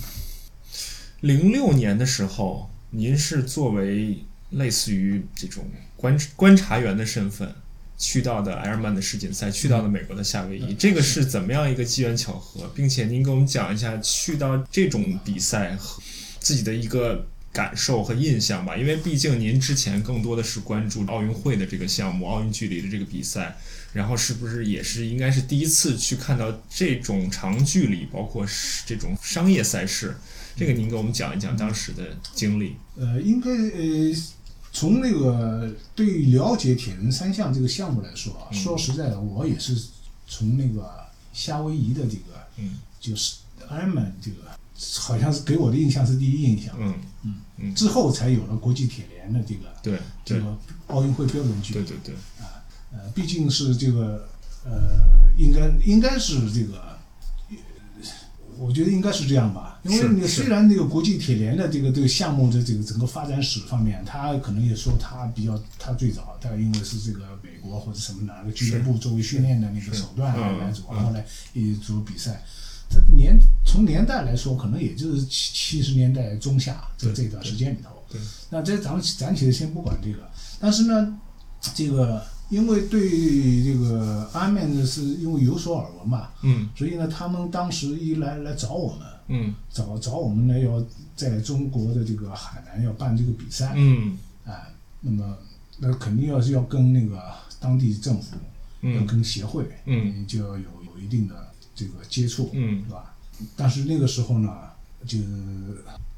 零六年的时候，您是作为类似于这种观观察员的身份去到的埃尔曼的世锦赛，去到的美国的夏威夷，这个是怎么样一个机缘巧合？并且您给我们讲一下去到这种比赛和自己的一个。感受和印象吧，因为毕竟您之前更多的是关注奥运会的这个项目，奥运距离的这个比赛，然后是不是也是应该是第一次去看到这种长距离，包括是这种商业赛事？这个您给我们讲一讲当时的经历。呃，应该呃，从那个对于了解铁人三项这个项目来说啊，嗯说实在的，我也是从那个夏威夷的这个嗯就是埃曼这个，好像是给我的印象是第一印象，嗯嗯之后才有了国际铁联的这个对这对个奥运会标准距对离。对对，呃，毕竟是这个呃，应该应该是这个。我觉得应该是这样吧，因为是你是虽然这个国际铁联的这个这个项目的这个整个发展史方面，他可能也说他比较他最早，他因为是这个美国或者什么哪个俱乐部作为训练的那个手段是来嗯来做，嗯然后来也做比赛。它年从年代来说，可能也就是七七十年代中下这对这段时间里头对。那这咱们暂且先不管这个，但是呢，这个因为对这个阿面呢是因为有所耳闻嘛，嗯所以呢，他们当时一来来找我们，嗯找找我们呢要在中国的这个海南要办这个比赛，嗯啊，那么那肯定要是要跟那个当地政府，要嗯跟协会，嗯，就要有有一定的这个接触，嗯是吧？但是那个时候呢，就是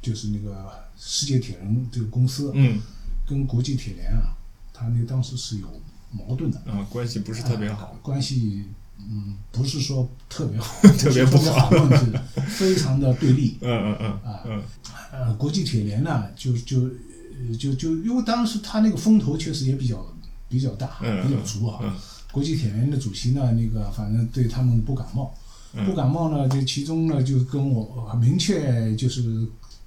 就是那个世界铁人这个公司嗯跟国际铁联啊，他那个当时是有矛盾的，啊，关系不是特别好啊。，关系嗯不是说特别好， [laughs] 特别不好不是说特别好问题，非常的对立。嗯嗯嗯嗯呃，国际铁联呢，就就呃就就因为当时他那个风头确实也比较比较大，嗯比较足啊。嗯国际铁联的主席呢，那个反正对他们不感冒，嗯不感冒呢，这其中呢就跟我很明确就是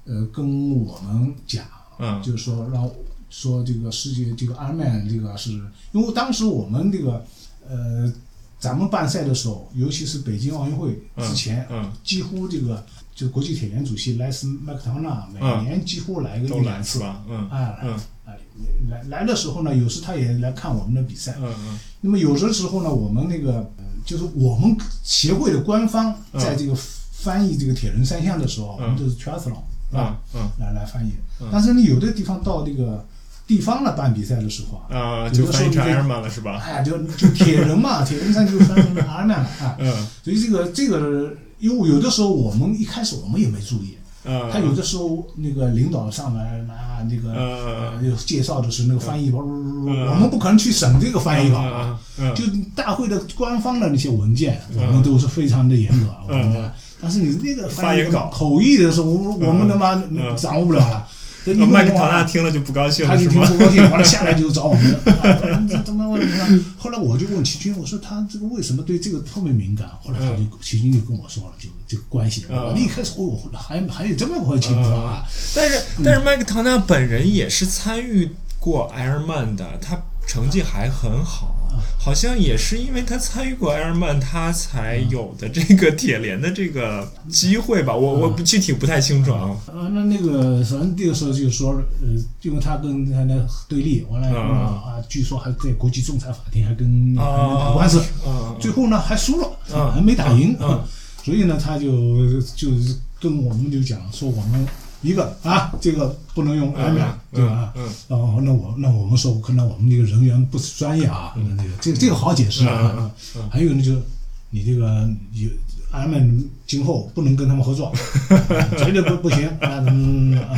呃跟我们讲，嗯就是说让说这个世界这个阿曼这个是因为当时我们这个呃咱们办赛的时候，尤其是北京奥运会之前，嗯几乎这个就国际铁联主席莱斯麦克唐纳每嗯年几乎来个嗯，一都来两是次。吧？嗯啊，嗯啊来来的时候呢，有时他也来看我们的比赛。嗯嗯那么有的时候呢，我们那个呃就是我们协会的官方嗯在这个翻译这个铁人三项的时候，嗯我们就是 triathlon 是吧？嗯嗯来来翻译嗯。但是你有的地方到这个地方来办比赛的时候啊，啊，就翻译成 Airman 了是吧？哎呀，就就铁 [laughs] 人嘛，铁人三就翻成阿曼了啊。嗯所以这个这个，因为有的时候我们一开始我们也没注意，嗯，他有的时候那个领导上来拿那个呃呃介绍的是那个翻译，嗯我们不可能去审这个翻译稿啊。嗯就大会的官方的那些文件，我们都是非常的严格啊。我嗯们的，但是你那个发言稿口译的时候，我嗯我们他妈嗯掌握不了啊了。 [laughs] 这一嗯，麦克弄唐完纳听了就不高兴啊他了就是挺吗？不高兴， [laughs] 完了下来就找我们了。啊这他妈为什么？后来我就问齐军，我说他这个为什么对这个特别敏感？后来他就齐军就跟我说了，就这个关系。嗯我一开始哦，还还有这么回事情啊？但是但是麦克唐纳本人也是参与过埃尔曼的，他成绩还很好，好像也是因为他参与过埃尔曼，他才有的这个铁联的这个机会吧。我我不具体不太清楚啊。啊，那那个反正这个时候就说，呃，因为他跟他那对立，完了嗯嗯啊，据说还在国际仲裁法庭还跟啊还跟打官司，嗯最后呢还输了，嗯还没打赢嗯，所以呢他就就跟我们就讲说我们一个啊，这个不能用安排，对吧？啊嗯，哦，那我那我们说，可能我们这个人员不专业啊，那个这个这个好解释嗯嗯嗯啊。啊还有呢，就是你这个有俺们今后不能跟他们合 [laughs] 作，啊绝对不不行啊，怎么啊？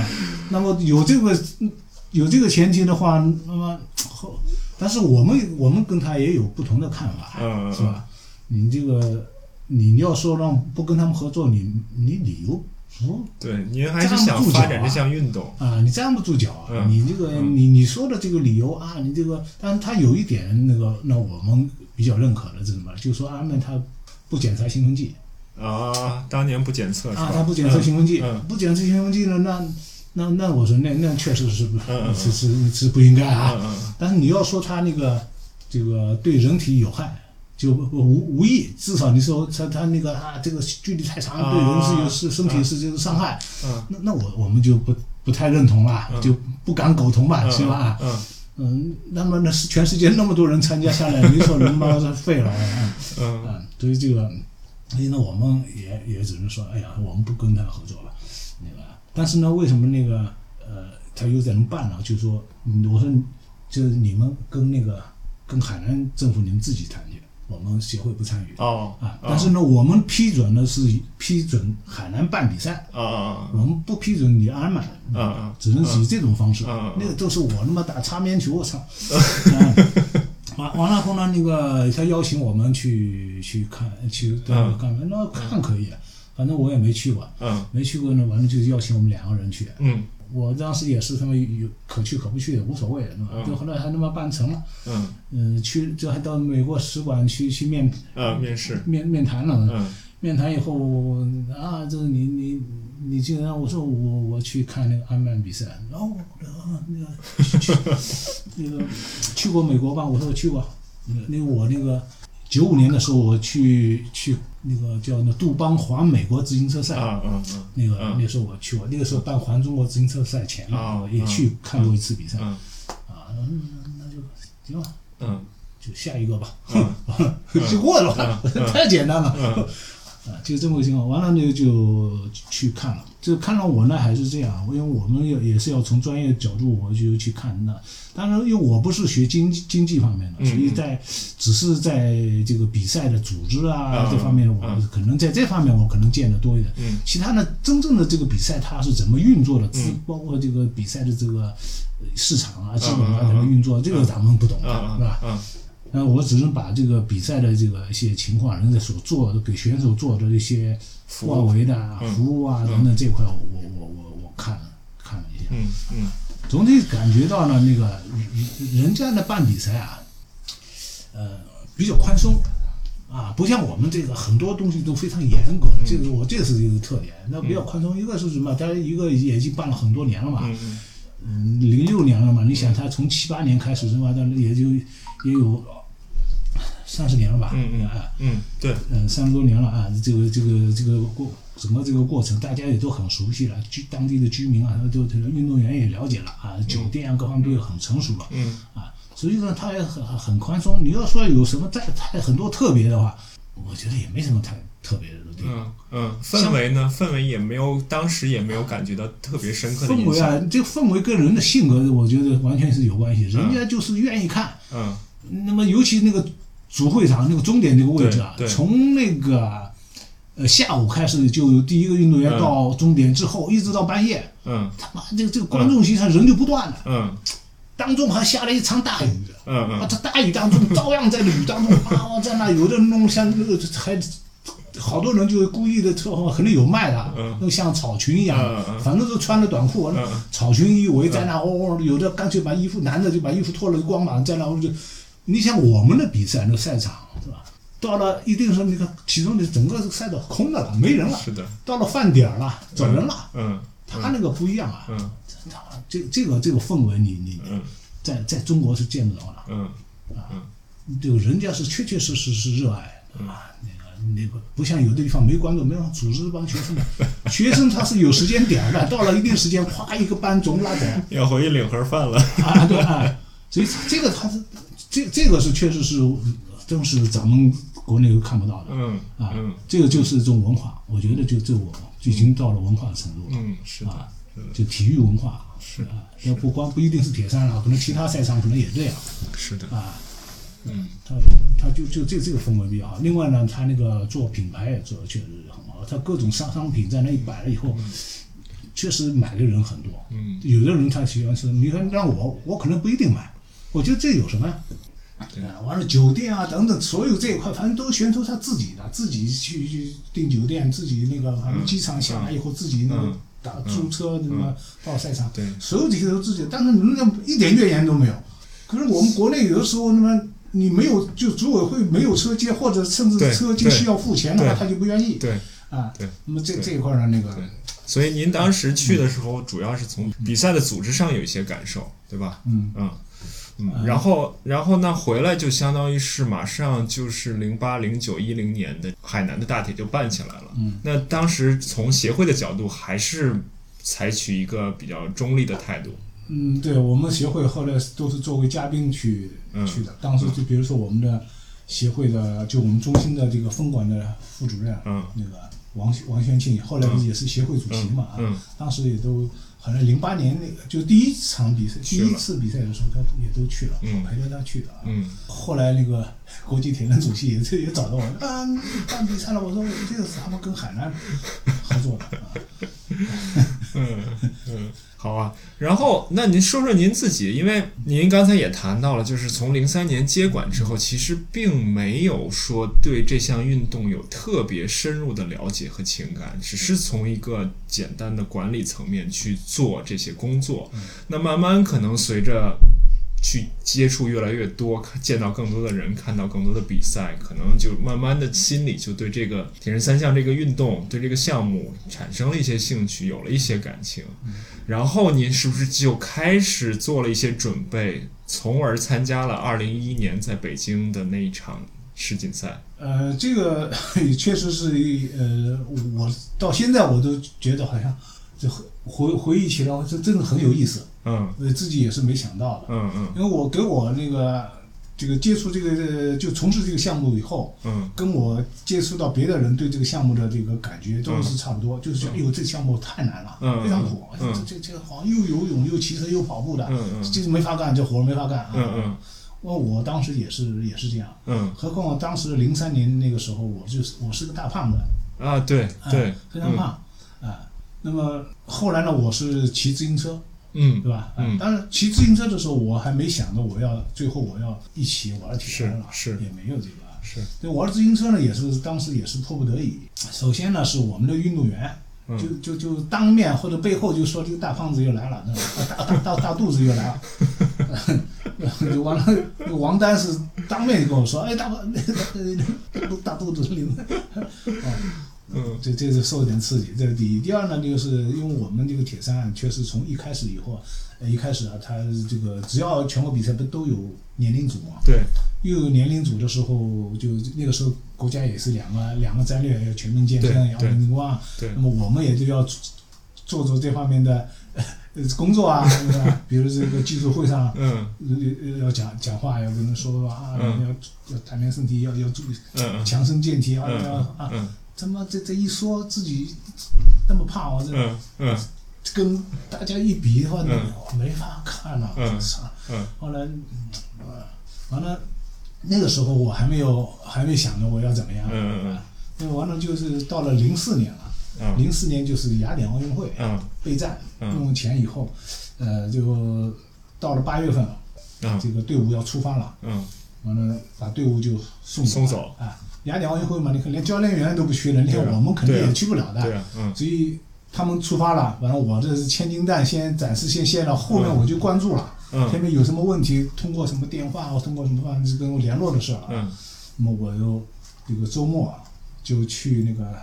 那么有这个有这个前提的话，那么后，但是我们我们跟他也有不同的看法，嗯嗯是吧？你这个你要说让不跟他们合作，你你理由不对，您还是想发展这项运动，啊，你站不住脚啊！嗯你这个嗯你你说的这个理由啊，你这个，但是他有一点那个，那我们比较认可的是什么？就是说阿曼他不检查兴奋剂啊，当年不检测是吧？啊，他不检测兴奋剂嗯，不检测兴奋剂呢，那那那我说那那确实是不嗯嗯是是是不应该啊。嗯嗯但是你要说他那个这个对人体有害，就无无益，至少你说他他那个啊，这个距离太长，对人是有是身体是这个伤害。嗯那那我我们就不不太认同啦，嗯就不敢苟同吧，嗯，啊是吧？嗯嗯，那么那是全世界那么多人参加下来，你说人妈是废了啊！嗯啊，所以这个，所以呢，我们也也只能说，哎呀，我们不跟他合作了，那个。但是呢，为什么那个呃，他又在能办呢？就是说，嗯我说，就是你们跟那个跟海南政府你们自己谈去，我们协会不参与哦啊。但是呢，我们批准呢是批准海南办比赛，啊啊我们不批准你安排，啊啊，只能以这种方式。嗯嗯那个都是我他妈打擦边球，[laughs] 我操！嗯完完了后呢，那个他邀请我们去去看去对嗯干嘛？那看可以，反正我也没去过，嗯没去过呢，完了就邀请我们两个人去。嗯我当时也是他妈有可去可不去，无所谓，是吧嗯就后来还他妈办成了，嗯嗯，去这还到美国使馆去去面啊，面试，面面谈了，嗯面谈以后啊，这你你你竟然我说我我去看那个安曼比赛，然后我啊那个去 [laughs] 去那个去过美国吧？我说我去过，那个我那个九五年的时候我去去那个叫那杜邦环美国自行车赛。啊嗯嗯那个嗯那时候我去过，那个时候办环中国自行车赛前嘛，啊我也去看过一次比赛嗯啊，嗯那就行了，嗯就下一个吧，嗯 [laughs] 就过了吧，嗯嗯 [laughs] 太简单了。嗯啊，就这么个情况。完了呢，就去看了。这个看了我呢还是这样，因为我们也也是要从专业角度，我就去看那。当然，因为我不是学经济经济方面的，嗯所以在只是在这个比赛的组织啊嗯这方面，我嗯可能在这方面我可能见得多一点。嗯其他的真正的这个比赛它是怎么运作的，嗯包括这个比赛的这个呃市场啊、资本嗯啊嗯怎么运作，这个咱们不懂，嗯是吧？嗯那我只能把这个比赛的这个一些情况，人家所做的给选手做的一些服外务，围的啊嗯服务啊嗯等等这块，我我我我看了看了一下，嗯嗯总体感觉到呢，那个人人家的办比赛啊，呃，比较宽松啊，不像我们这个很多东西都非常严格，这个我这是一个特点。那比较宽松，一个是什么？它一个也已经办了很多年了嘛，嗯嗯，零六年了嘛，你想他从七八年开始是吧？但也就也有三十年了吧？嗯嗯啊，嗯，对，嗯，三十多年了啊，这个这个这个过整个这个过程，大家也都很熟悉了，居当地的居民啊，都都运动员也了解了啊，酒店啊各方面都也很成熟了嗯啊，实际上他也很很很宽松。你要说有什么太太很多特别的话，我觉得也没什么太特别的地方。嗯嗯，氛围呢？氛围也没有，当时也没有感觉到特别深刻的氛印围象。啊，这个氛围跟人的性格，我觉得完全是有关系。人家就是愿意看，嗯那么尤其那个主会场那个终点那个位置啊对，对从那个呃下午开始就有第一个运动员嗯到终点之后，一直到半夜，嗯他妈这个这个观众席上人就不断了，嗯当中还下了一场大雨。啊，嗯他大雨当中照样在雨当中啊，在那有的弄像那个还好多人就是故意的，特可能有卖的啊嗯，弄像草裙一样嗯嗯，嗯反正都穿着短裤，嗯草裙一围在那，哦，哦有的干脆把衣服男的就把衣服脱了光膀在那，我就你像我们的比赛那个赛场是吧？到了一定时候，你看其中的整个赛道空的了，没人了嗯，，是的，到了饭点儿了，走人了。嗯他那个不一样啊，嗯他这这个这个氛围你，你嗯在在中国是见不着的。嗯这个人家是确确实实是热爱，对嗯吧？那个那个不像有的地方没观众，没办法组织这帮学生，学生他是有时间点儿的，到了一定时间，啪一个班总拉走要回去领盒饭了。啊，对啊，所以这个他是这这个是确实是，真是咱们国内看不到的 [laughs] 嗯啊嗯，这个就是一种文化，我觉得就这我已经到了文化程度了嗯，是的啊，。就体育文化是啊，要不光不一定是铁三了，可能其他赛场可能也这样是的，啊。嗯，他他就就这这个氛围比较好。另外呢，他那个做品牌也做得确实很好，他各种商商品在那一摆了以后，确实买的人很多。嗯，有的人他喜欢吃，你看让我，我可能不一定买。我觉得这有什么呀？对啊，完了酒店啊等等，所有这一块，反正都选出他自己的，自己去去订酒店，自己那个反正机场下来以后，自己那个嗯打租车什么到赛场，对所有这些都自己，但是人家一点怨言都没有。可是我们国内有的时候，那么你没有就组委会没有车接，或者甚至对车接对需要付钱的话，对他就不愿意对。啊对。那么这对这一块呢，那个对所以您当时去的时候，主要是从比赛的组织上有一些感受，对吧？嗯嗯嗯，嗯然后然后那回来就相当于是马上就是零八零九一零年的海南的大铁就办起来了。嗯，那当时从协会的角度还是采取一个比较中立的态度。嗯，对我们协会后来都是作为嘉宾去、嗯去的。当时就比如说我们的协会的，就我们中心的这个分管的副主任，嗯那个王王宣庆，后来不是也是协会主席嗯嘛，啊，嗯当时也都好像零八年那个就第一场比赛，第去了一次比赛的时候，他也都去了，嗯我陪着他去的啊。嗯后来那个国际铁人主席也是也找到我，啊，办比赛了，我说我这个咱们跟海南合作了啊。嗯嗯，好啊。然后那您说说您自己，因为您刚才也谈到了，就是从零三年接管之后，其实并没有说对这项运动有特别深入的了解和情感，只是从一个简单的管理层面去做这些工作。那慢慢可能随着去接触越来越多，看见到更多的人，看到更多的比赛，可能就慢慢的心里就对这个铁人三项这个运动，对这个项目产生了一些兴趣，有了一些感情。然后您是不是就开始做了一些准备，从而参加了2011年在北京的那一场世锦赛？呃，这个 [laughs] 也确实是一呃，我到现在我都觉得好像这回回回忆起来，这真的很有意思，嗯呃，自己也是没想到的。嗯嗯因为我给我那个这个接触这个就从事这个项目以后，嗯跟我接触到别的人对这个项目的这个感觉都是差不多，就是说，哎呦，这项目太难了，嗯非常苦，哎嗯这这这好像又游泳又骑车又跑步的，嗯嗯这没法干，这活儿没法干啊。嗯我我当时也是也是这样。嗯何况我当时零三年那个时候，我就是我是个大胖子，嗯啊，对啊、对，非常胖，啊。那么后来呢，我是骑自行车，嗯，对吧？啊嗯当然，骑自行车的时候，我还没想着我要最后我要一起玩铁人了，是是也没有这个啊。是，对，玩自行车呢，也是当时也是迫不得已。首先呢，是我们的运动员。嗯就就就当面或者背后就说这个大胖子又来了，那大大大大肚子又来了， [laughs] 就完了。那个王丹是当面就跟我说：“哎，大胖，大肚子里面。”哦，嗯这这是受点刺激，这是第一。第二呢，就是因为我们这个铁三啊，确实从一开始以后，呃，一开始啊，他这个只要全国比赛不都有年龄组嘛，对，又有年龄组的时候，就那个时候国家也是两个两个战略，要全民健对身，要奥对林匹克啊，对那么我们也就要做做做这方面的呃工作啊，是吧 [laughs] 比如这个技术会上。嗯呃要讲讲话，要跟人说啊，嗯要要锻炼身体，要要注意嗯强身健体，要嗯要啊，嗯怎么这这一说自己那么胖，我这、嗯嗯跟大家一比的话，那嗯我没法看了、嗯操嗯后来，嗯呃完了，那个时候我还没有还没想着我要怎么样。嗯那完了就是到了零四年了，嗯零四年就是雅典奥运会嗯备战嗯用前以后，呃，就到了八月份了，嗯这个队伍要出发了，嗯完了把队伍就送走送了走啊。雅典奥运会嘛，你看连教练员都不去了，你看对啊我们肯定对啊也去不了的。对啊嗯所以他们出发了，完了我这是千斤蛋先暂时先歇了，后面嗯我就关注了。前嗯面有什么问题，通过什么电话或通过什么方式跟我联络的事儿啊。嗯那么我又这个周末啊，就去那个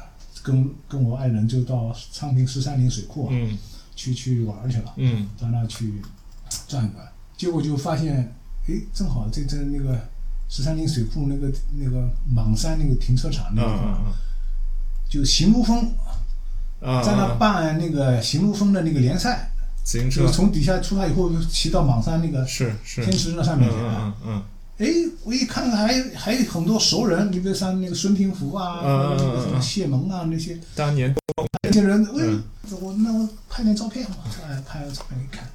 跟跟我爱人就到昌平十三陵水库啊、嗯去去玩儿去了，嗯到那去转一转。结果就发现，诶，正好这这那个十三陵水库那个那个莽山那个停车场那个地方，嗯就行路风嗯，在那办那个行路风的那个联赛，自行车就从底下出发以后，就骑到莽山那个是是，天池那嗯上面去啊。嗯嗯哎，我一看还还有很多熟人，你比如像那个孙平福啊，嗯嗯嗯嗯那个什么谢萌啊那些嗯，，当年那些人，喂、嗯我那我拍点照片嘛，哎，拍照片一看，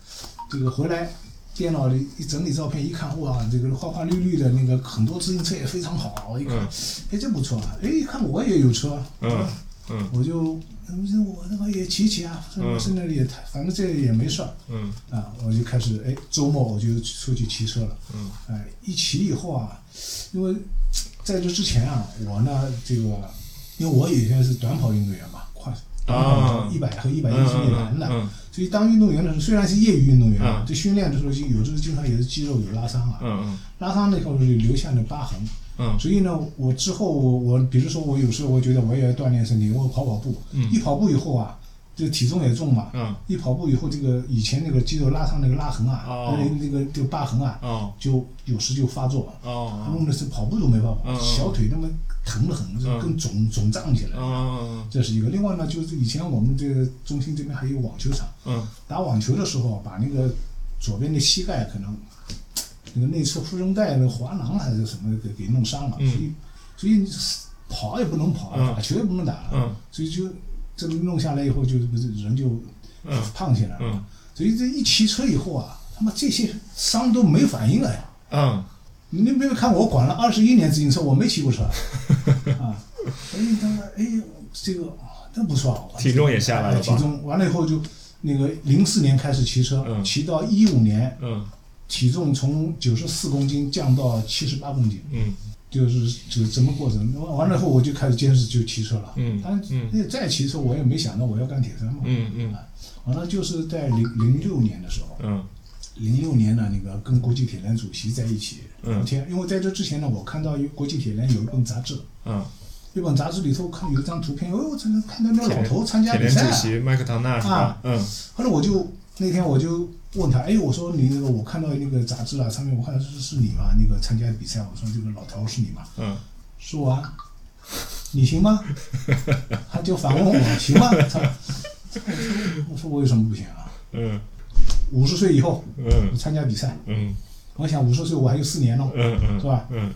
这个回来电脑里一整理照片，一看，哇，这个花花绿绿的那个很多自行车也非常好，一看，嗯哎，这不错啊，哎，一看我也有车，啊嗯嗯我就，嗯我那个也骑骑啊，反正嗯是那里也，反正这里也没事儿嗯啊，我就开始，哎，周末我就出去骑车了。嗯哎，一骑以后啊，因为在这之前啊，我呢这个，因为我以前是短跑运动员嘛，快短跑啊一百和一百一十米栏嗯的，嗯所以当运动员的时候，虽然是业余运动员啊嗯，这训练的时候就有时候经常也是肌肉有拉伤啊，嗯拉伤了以后就留下了疤痕。嗯所以呢，我之后我我比如说我有时候我觉得我也要锻炼身体，我跑跑步，嗯一跑步以后啊，这体重也重嘛，嗯一跑步以后这个以前那个肌肉拉伤那个拉痕啊，哦那个那个这个疤痕啊，哦就有时就发作。哦弄的是跑步都没办法，嗯嗯小腿那么疼得很，就嗯跟肿肿胀起来。嗯这是一个。另外呢，就是以前我们这个中心这边还有网球场，嗯打网球的时候啊把那个左边的膝盖可能那个内侧副韧带那个滑囊还是什么给给弄伤了，嗯所以所以跑也不能跑，嗯打球也不能打了，嗯所以就这么弄下来以后就不是人就嗯胖起来了。嗯所以这一骑车以后啊，他妈这些伤都没反应了呀。嗯你没有看我管了二十一年自行车，我没骑 [laughs] 过车啊。所以他妈哎，这个真不错，体重也下来了吧哎体重完了以后就那个零四年开始骑车，嗯骑到一五年，嗯体重从九十四公斤降到七十八公斤，嗯就是就是这么过程。完了以后我就开始坚持就骑车了，嗯但嗯那再骑车我也没想到我要干铁三嘛。啊嗯完了就是在零零六年的时候，嗯零六年呢，那个跟国际铁联主席在一起嗯聊天，因为在这之前呢，我看到有国际铁联有一本杂志，嗯，一本杂志里头看有一张图片，哎呦，我真的看到那个老头参加铁比联主赛、啊。席麦克唐纳是吧？嗯后来我就那天我就问他，哎，我说你那个我看到那个杂志啊，上面我看到是是你吗？那个参加比赛，我说这个老头是你吗？嗯是我啊，你行吗？他就反问我行吗？他我说为什么不行啊？嗯五十岁以后嗯我参加比赛，嗯我想五十岁我还有四年喽。嗯嗯，嗯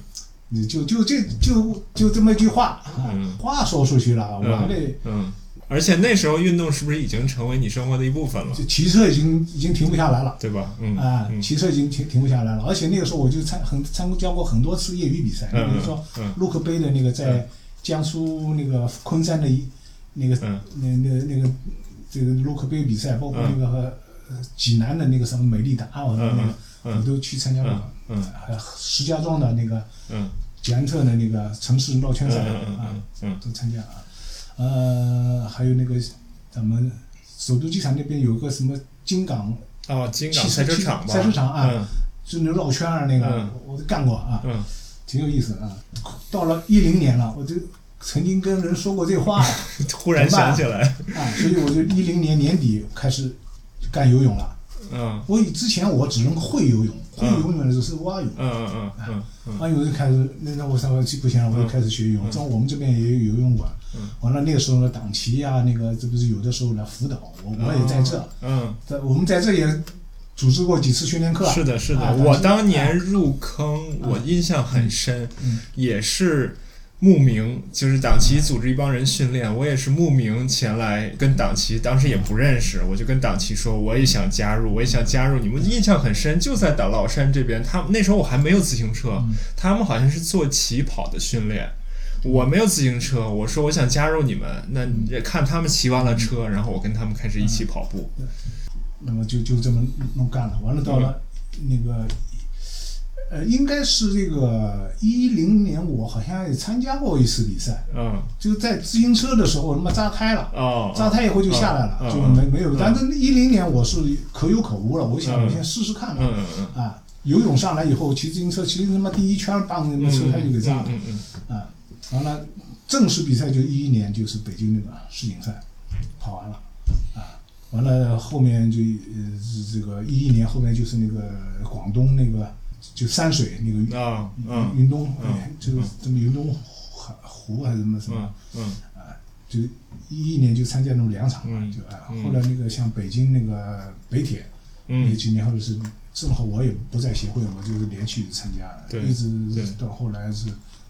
你就就这就就这么一句话，啊嗯 [laughs] 话说出去了，我还得、嗯，而且那时候运动是不是已经成为你生活的一部分了？就骑车已经已经停不下来了。对吧？嗯啊，嗯骑车已经停停不下来了，而且那个时候我就参很参加过很多次业余比赛，嗯比如说嗯陆克杯的那个在江苏那个昆山的一那个嗯那那那个这个陆克杯比赛，包括那个呃济南的那个什么美利达，啊我那嗯个嗯我都去参加过嗯，嗯还有石家庄的那个嗯捷安特的那个城市绕圈赛嗯啊，嗯嗯都参加啊。呃，还有那个咱们首都机场那边有个什么金港，哦，金港赛车场吧？啊就那绕圈儿那个，嗯我都干过啊，嗯挺有意思的啊。到了一零年了，我就曾经跟人说过这 [laughs] 话啊，嗯，突然想起来，所以我就一零年年底开始干游泳了。嗯我以之前我只能会游泳，会游泳的时候是蛙泳。嗯嗯嗯嗯蛙泳就开始，那那我稍微不行了，我就开始学游嗯泳。正好我们这边也有游泳馆嗯，完了那个时候呢，党旗呀、那个这不是有的时候来辅导我，我也在这，，嗯。在我们在这也组织过几次训练课啊。是的，是的，啊我当年入坑，我印象很深，嗯也是慕名，就是党旗组织一帮人训练，我也是慕名前来跟党旗，当时也不认识，我就跟党旗说我也想加入，我也想加入。你们印象很深，就在打老山这边，他们那时候我还没有自行车，嗯他们好像是做起跑的训练。我没有自行车，我说我想加入你们，那也嗯看他们骑完了车，然后我跟他们开始一起跑步。那么就就这么弄干了。完了到了嗯那个，呃，应该是这个一零年，我好像也参加过一次比赛，嗯，就在自行车的时候，他妈扎胎了。哦，扎胎以后就下来了，嗯就嗯没没有。嗯但是一零年我是可有可无了，我想嗯我先试试看吧。嗯嗯嗯。啊，游泳上来以后骑自行车，骑他妈第一圈把我们车胎就给扎了嗯嗯啊。完了，正式比赛就一一年就是北京那个世锦赛跑完了啊。完了后面就呃这这个一一年后面就是那个广东那个就山水那个云嗯啊嗯云东，嗯哎就是什么云东海湖还是什么什么。嗯嗯啊，就一一年就参加那种两场嘛，嗯就啊，嗯后来那个像北京那个北铁，那嗯几年后是正好我也不在协会，我就是连续参加了，对一对直到后来是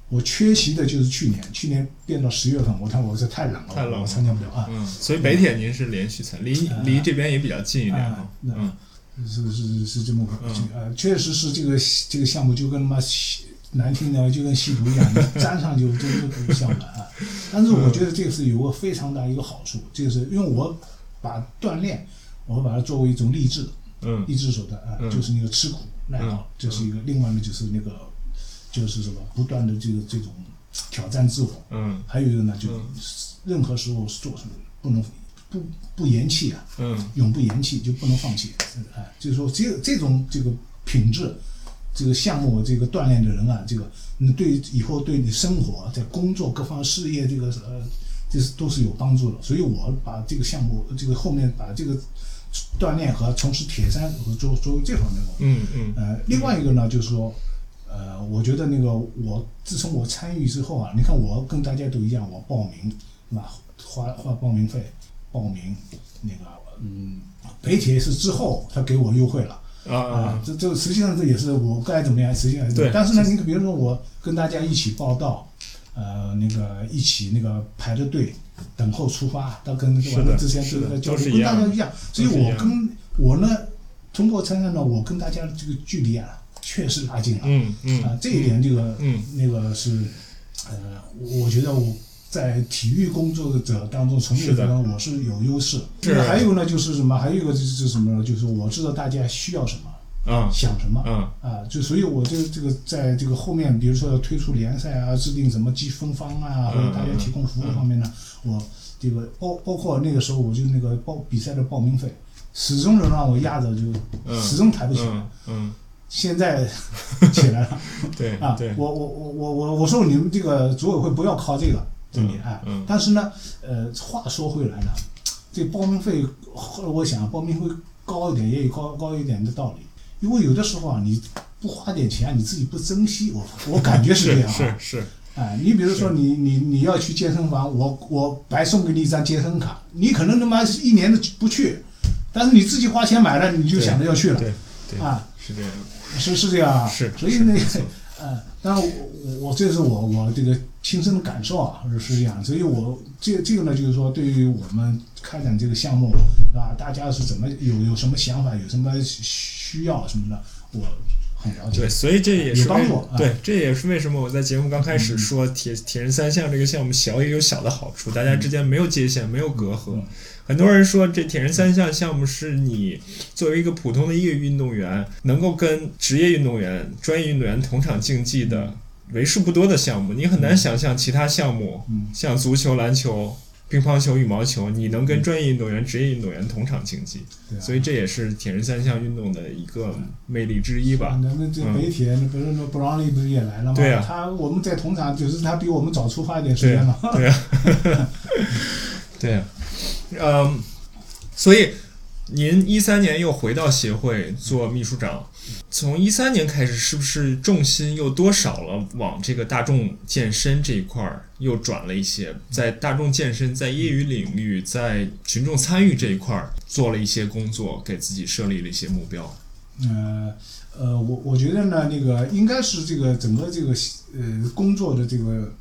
我缺席的就是去年，去年变到十月份，我看我这太冷了，太冷了我参加不了啊。嗯，所以北铁您是连续参，离嗯离这边也比较近一点哈啊。那嗯是是是这么回事嗯，呃，确实是这个这个项目就跟他妈吸难听点就跟吸毒一样，你沾上就就就不像了 [laughs] 啊。但是我觉得这个是有个非常大一个好处，这个是因为我把锻炼，我把它作为一种励志嗯励志手段啊，嗯就是那个吃苦耐嗯劳，这是一个。另外呢，就是那个就是什么不断的这个这种挑战自我，嗯还有一个呢，就嗯任何时候做什么不能不不言弃啊，嗯永不言弃，就不能放弃。哎，就是说这这种这个品质，这个项目这个锻炼的人啊，这个你对以后对你生活在工作各方事业这个呃，这是都是有帮助的。所以我把这个项目这个后面把这个锻炼和从事铁三和做作为这方面的。嗯嗯呃，另外一个呢，就是说，呃，我觉得那个我自从我参与之后啊，你看我跟大家都一样，我报名是吧，花花报名费，报名那个嗯，北铁是之后他给我优惠了。啊啊啊，这这实际上这也是我该怎么样，实际上对但是呢，你比如说我跟大家一起报道，呃，那个一起那个排着队等候出发，到跟是的完了之前是的在交都是流，一跟样大的家一样。所以都是一我样的跟我呢，通过参赛呢，我跟大家这个距离啊，确实拉近了。嗯嗯啊，这一点这个、嗯那个是，呃，我觉得我在体育工作者当中，从业是的者当中我是有优势。是那还有呢，就是什么？还有一个就是什么呢？就是我知道大家需要什么，啊想什么。啊啊，就所以我就这个在这个后面，比如说要推出联赛啊，制定什么积分方案啊，或嗯者大家提供服务方面呢，我这个包包括那个时候我就那个报比赛的报名费，始终能让我压着，就嗯始终抬不起来。嗯嗯，现在 [laughs] 起来了对啊对！，我我我我我我说你们这个组委会不要靠这个这里嗯啊嗯，但是呢，呃，话说回来了，这报名费后来我想报名费高一点也有高高一点的道理，因为有的时候啊，你不花点钱，啊你自己不珍惜，我我感觉是这是样是啊。是，哎，你比如说是你你你要去健身房，我我白送给你一张健身卡，你可能他妈一年都不去，但是你自己花钱买了，你就对想着要去了对对啊。是这样，是是这样啊，是所以是那没错呃，当然我我我这是我我这个亲身的感受啊，是是这样，所以我这这个呢，就是说对于我们开展这个项目啊，大家是怎么有有什么想法，有什么需要什么的，我很了对，解。所以这也是啊有帮为助啊嗯对，这也是为什么我在节目刚开始说铁铁人三项这个项目小也有小的好处，大家之间没有界限，没有隔阂嗯。很多人说这铁人三项项目是你作为一个普通的业余运动员，能够跟职业运动员、专业运动员同场竞技嗯的为数不多的项目，你很难想象其他项目嗯，像足球、篮球。乒乓球、羽毛球，你能跟嗯专业运动员、职业运动员同场竞技，对啊。所以这也是铁人三项运动的一个魅力之一吧嗯啊。，咱们这北铁，那不是那布朗利不是也来了吗？对啊他我们在同场，只是他比我们早出发一点时间嘛。对啊，对啊，嗯，所以您一三年又回到协会做秘书长，从一三年开始，是不是重心又多少了往这个大众健身这一块儿又转了一些？在大众健身、在业余领域、在群众参与这一块儿做了一些工作，给自己设立了一些目标。呃呃，我我觉得呢，那个应该是这个整个这个呃工作的这个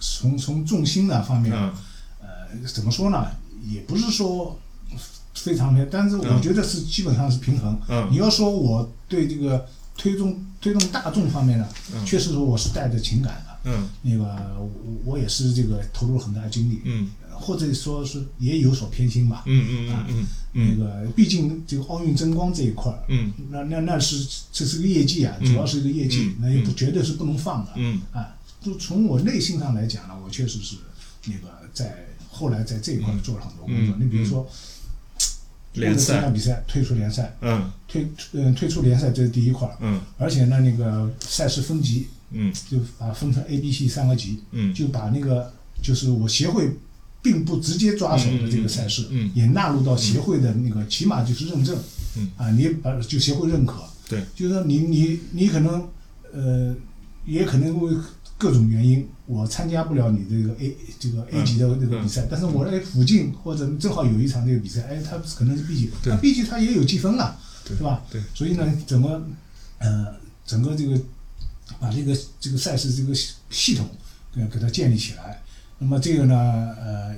从从重心呢方面，嗯呃，怎么说呢，也不是说非常偏，但是我嗯觉得是基本上是平衡。嗯你要说我对这个推动推动大众方面呢，嗯确实说我是带着情感的，嗯那个我我也是这个投入很大精力，嗯或者说是也有所偏心吧。嗯嗯嗯那嗯个毕竟这个奥运争光这一块儿。嗯那那那是这是个业绩啊，嗯主要是一个业绩嗯，那也不嗯绝对是不能放的、嗯啊。就从我内心上来讲呢，我确实是那个在后来在这一块嗯做了很多工作。嗯你比如说，联赛参加比赛，退出联赛，嗯退嗯退出联赛这是第一块儿，嗯而且呢那个赛事分级嗯就把分成 A、B、C 三个级，嗯就把那个就是我协会。并不直接抓手的这个赛事，嗯嗯嗯嗯也纳入到协会的那个，起码就是认证，嗯啊，你也把就协会认可，对，就是说你你你可能呃，也可能因为各种原因，我参加不了你这个 A 这个 A 嗯级的这个嗯比赛，但是我在附近或者正好有一场这个比赛，哎，他可能是 B 级，对那 B 级他也有积分了，对是吧？对，所以呢，整个呃整个这个把这个这个赛事这个系系统给给它建立起来。那么这个呢，呃，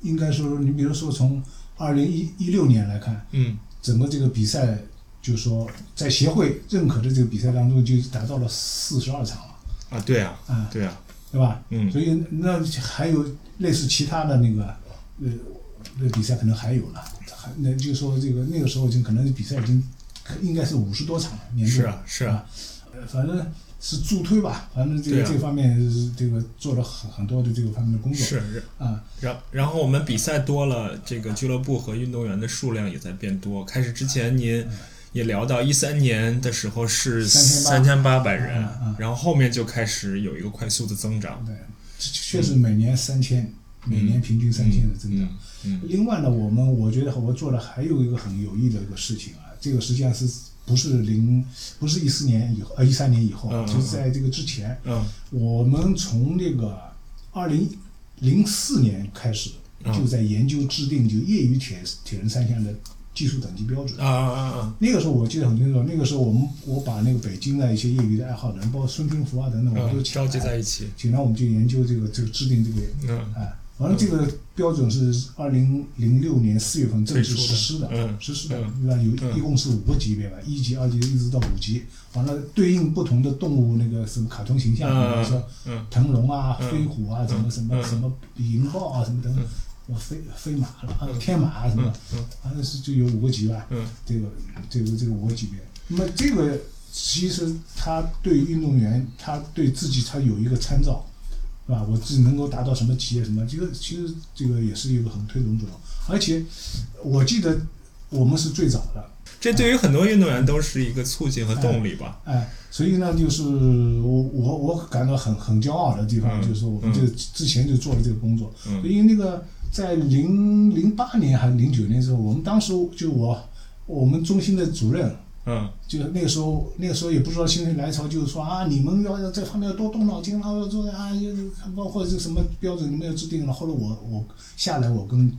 应该说，你比如说从二零一一六年来看，嗯整个这个比赛，就是说在协会认可的这个比赛当中，就达到了四十二场了，啊，对啊，啊、对啊，对吧？嗯所以那还有类似其他的那个呃那比赛可能还有了，还那就是说这个那个时候已经可能比赛已经应该是五十多场了，年度是啊是啊，呃反正是助推吧，反正这个、对啊这方面是这个做了很很多的这个方面的工作是是。啊，然然后我们比赛多了，这个俱乐部和运动员的数量也在变多。开始之前您嗯也聊到一三年的时候是三千八百人嗯嗯，然后后面就开始有一个快速的增长。对，确确实每年三千、每年平均三千的增长。嗯嗯另外呢，我们我觉得我做了还有一个很有益的一个事情啊，这个实际上是不是零不是一四年以后呃一三年以后啊，嗯嗯就是在这个之前，嗯我们从这个二零零四年开始嗯就在研究制定就业余铁铁人三项的技术等级标准。啊啊啊啊！那个时候我记得很清楚，那个时候我们我把那个北京的一些业余的爱好人，包括孙平福啊等等，我都嗯，请召集来，在一起。请来我们就研究这个这个制定这个嗯哎，反正这个标准是二零零六年四月份正式实施的，最初的嗯实施的嗯，那有嗯一共是五个级别吧，一级、二级一直到五级，完了对应不同的动物那个什么卡通形象，比如说嗯嗯腾龙啊、嗯飞虎啊，什么什么嗯什么银豹啊，什么等等嗯，我飞飞马了啊，天马啊什么的，反正是就有五个级吧，嗯这个这个这个五个级别。那么这个其实他对运动员，他对自己他有一个参照，是吧？我自己能够达到什么级啊什么，这个其实这个也是一个很推动作用。而且我记得我们是最早的，这对于很多运动员都是一个促进和动力吧。哎，所以呢，就是我我我感到很很骄傲的地嗯方，就是说我嗯们就之前就做了这个工作，嗯因为那个在零零八年还是零九年的时候，我们当时就我我们中心的主任。嗯就是那个时候，那个时候也不知道心血来潮，就是说啊，你们要要这方面要多动脑筋啊，要做啊，要包括这什么标准你们要制定了。后来我我下来，我跟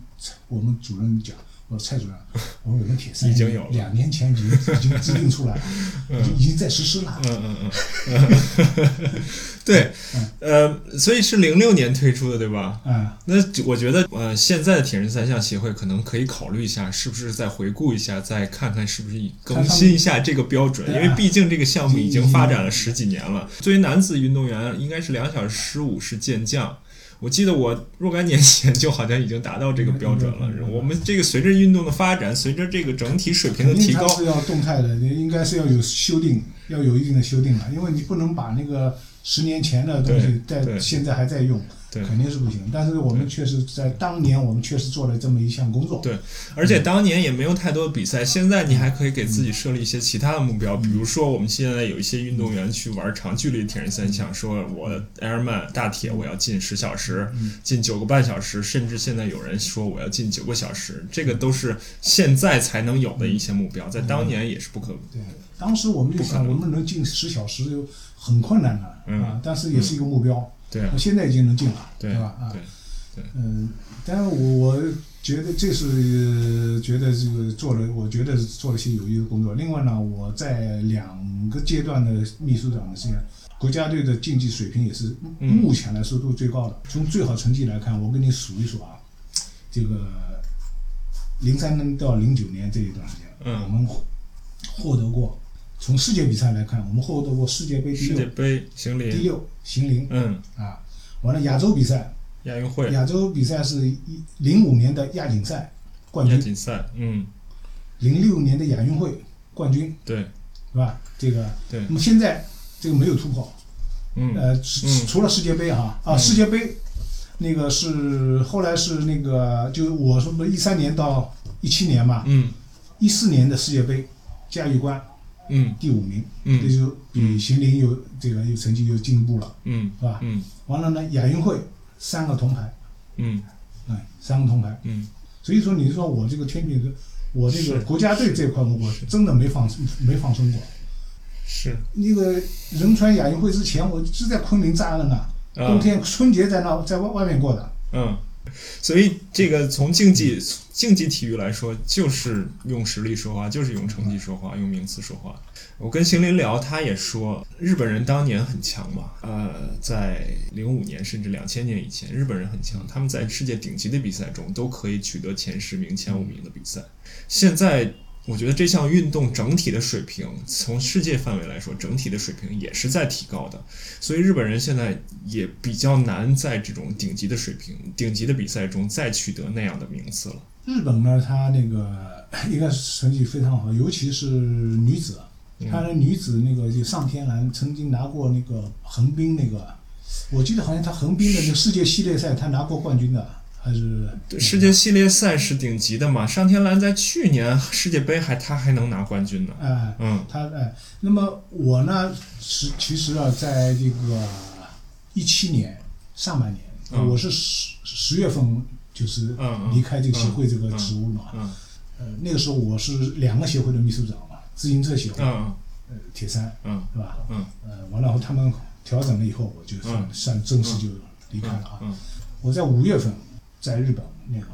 我们主任讲，我说蔡主任，我说我们铁三已经有了两年前已经已经制定出来了，已经已经在实施了嗯。嗯嗯嗯， [laughs] 对，嗯呃，所以是零六年推出的，对吧？啊，那我觉得，呃，现在的铁人三项协会可能可以考虑一下，是不是再回顾一下，再看看是不是更新一下这个标准，看因看为毕竟这个项目已经发展了十几年了。作为男子运动员，应该是两小时十五是健将。我记得我若干年前就好像已经达到这个标准了嗯嗯。嗯我们这个随着运动的发展，随着这个整体水平的肯提定它高，是要动态的，应该是要有修订，要有一定的修订了，因为你不能把那个十年前的东西对在对现在还在用，对肯定是不行。但是我们确实在当年，我们确实做了这么一项工作。对，而嗯且当年也没有太多的比赛，现在你还可以给自己设立一些其他的目标，比如说我们现在有一些运动员去玩长距离铁人三项，说我 Ironman 大铁我要进十小时，嗯进九个半小时，甚至现在有人说我要进九个小时，这个都是现在才能有的一些目嗯标，在当年也是不可。对，当时我们就想，不可能我们能进十小时就很困难了、嗯啊，但是也是一个目标。对啊那，现在已经能进了，对吧？啊，对，嗯，但是我我觉得这是、呃觉得这个做了，我觉得做了些有益的工作。另外呢，我在两个阶段的秘书长的时间，国家队的竞技水平也是嗯目前来说都最高的。从最好成绩来看，我给你数一数啊，这个零三年到零九年这一段时间，嗯我们获获得过从世界比赛来看，我们获得过世界杯第世界六、杯、行嗯第李，六、行林嗯，啊，完了亚洲比赛。亚运会、亚洲比赛是一零五年的亚锦赛冠亚军，锦赛，嗯，零六年的亚运会冠军，对是吧？这个，对那，么现在这个没有突破，嗯呃，除嗯除了世界杯啊啊，嗯世界杯那个是后来是那个，就我说的一三年到一七年嘛，嗯一四年的世界杯嘉峪关嗯第五名，这嗯就比邢林有这个有成绩有进步了，嗯是吧？嗯完了呢，亚运会三个铜牌，嗯哎，三个铜牌。嗯，所以说，你说我这个天平，我这个是国家队这块，我真的没放没放松过。是。那个仁川亚运会之前，我是在昆明扎的呢，啊冬天春节在那在外外面过的。嗯，所以这个从竞技竞技体育来说，就是用实力说话，就是用成绩说话，用名次说话。我跟邢林聊，他也说日本人当年很强嘛，呃，在零五年甚至两千年以前，日本人很强，他们在世界顶级的比赛中都可以取得前十名、前五名的比赛。现在我觉得这项运动整体的水平，从世界范围来说，整体的水平也是在提高的，所以日本人现在也比较难在这种顶级的水平、顶级的比赛中再取得那样的名次了。日本呢，它那个 [coughs] 应该是成绩非常好，尤其是女子啊，嗯她的女子那个就上天兰曾经拿过那个横滨那个，我记得好像她横滨的那个世界系列赛，她拿过冠军的，还是对世界系列赛是顶级的嘛？上天蓝在去年世界杯还他还能拿冠军呢。哎、嗯他哎，那么我呢，是其实啊，在这个一七年上半年，嗯我是十十月份就是嗯离嗯开这个协会这个职务嘛，嗯呃，那个时候我是两个协会的秘书长嘛，自行车协会，嗯呃，铁三，嗯对吧？嗯，呃，完了后他们调整了以后，我就算、嗯算正式就离开了啊。嗯我在五月份在日本那个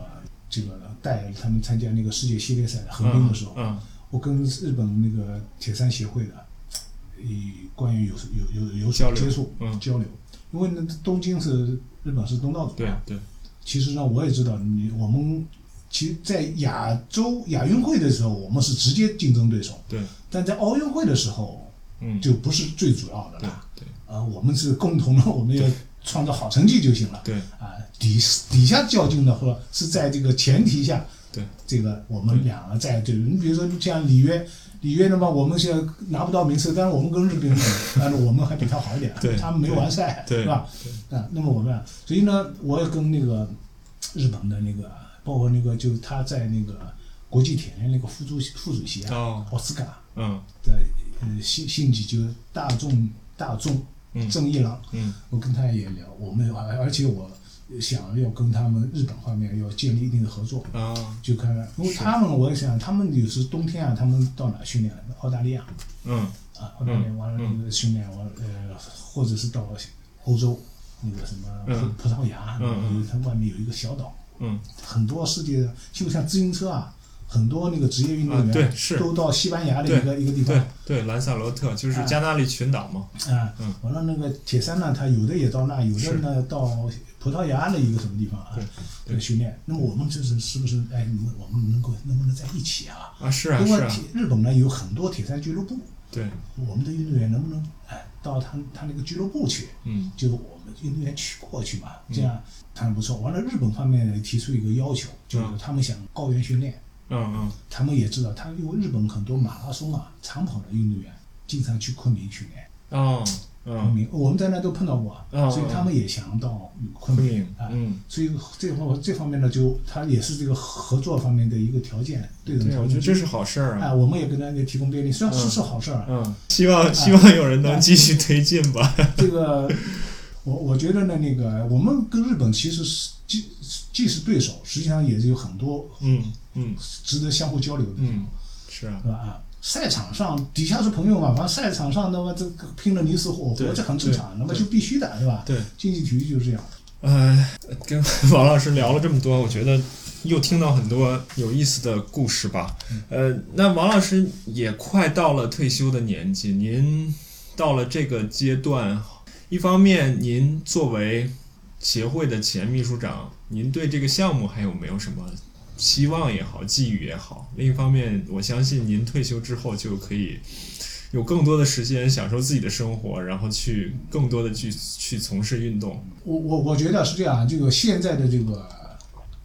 这个带他们参加那个世界系列赛的横滨的时候，嗯我跟日本那个铁三协会的，以关于有有有有交流接触嗯交流，因为呢东京是日本是东道主，对对其实呢我也知道你我们。其实，在亚洲亚运会的时候，我们是直接竞争对手；对但在奥运会的时候，嗯就不是最主要的对了。对啊，我们是共同的，我们要创造好成绩就行了。对啊，底底下较劲的，或者是在这个前提下，对这个我们两个在对，你比如说像里约，里约那么我们现在拿不到名次，但是我们跟日本人比，但是我们还比他好一点，对他们没完赛，对是吧？啊，那么我们啊，所以呢，我也跟那个日本的那个，包括那个就他在那个国际铁联那个副主副主席啊，哦奥斯卡嗯的呃信信息就是大众大众嗯正义郎。嗯我跟他也聊，我们而而且我想要跟他们日本方面要建立一定的合作，啊就看看，因为他们我也想，他们有时冬天啊，他们到哪训练？澳大利亚嗯啊，澳大利亚完了那个训练完了，呃，或者是到欧洲那个什么嗯葡葡萄牙，嗯嗯有它外面有一个小岛，嗯很多世界就像自行车啊，很多那个职业运动啊对员是都到西班牙的对一个一个地对方对兰萨罗特就是加那利群岛嘛。啊嗯，完了那个铁三呢，他有的也到那，有是的呢到葡萄牙的一个什么地方啊对。对对训练。那么我们就是是不是哎，你们我们能够能不能在一起啊？啊是啊因是为啊铁日本呢有很多铁三俱乐部，对我们的运动员能不能哎到他他那个俱乐部去？嗯就是我们运动员去过去嘛，这样谈不错。完了，日本方面提出一个要求，就是嗯他们想高原训练，嗯嗯他们也知道，他因为日本很多马拉松啊、长跑的运动员经常去昆明训练。哦昆嗯明，我们在那都碰到过啊，嗯所以他们也想到昆昆明明啊。嗯。所以这方这方面呢，就它也是这个合作方面的一个条件，对等对，啊条件。我觉得这是好事儿啊，啊。我们也给大家提供便利，虽然是嗯是好事儿啊。嗯，啊希望希望有人能继续推进吧。[laughs] 这个，我我觉得呢，那个我们跟日本其实是既既是对手，实际上也是有很多嗯嗯值得相互交流的，嗯，是啊。是吧？啊，赛场上底下是朋友嘛，反正赛场上那么这个拼了你死我活，对这很正常，对那么对就必须的，是吧？对，竞技体育就是这样。呃，跟 [laughs] 王老师聊了这么多，我觉得又听到很多有意思的故事吧。呃，那王老师也快到了退休的年纪，您到了这个阶段，一方面您作为协会的前秘书长，您对这个项目还有没有什么希望也好、寄语也好？另一方面，我相信您退休之后就可以有更多的时间享受自己的生活，然后去更多的去去从事运动。我我我觉得啊是这样，这个现在的这个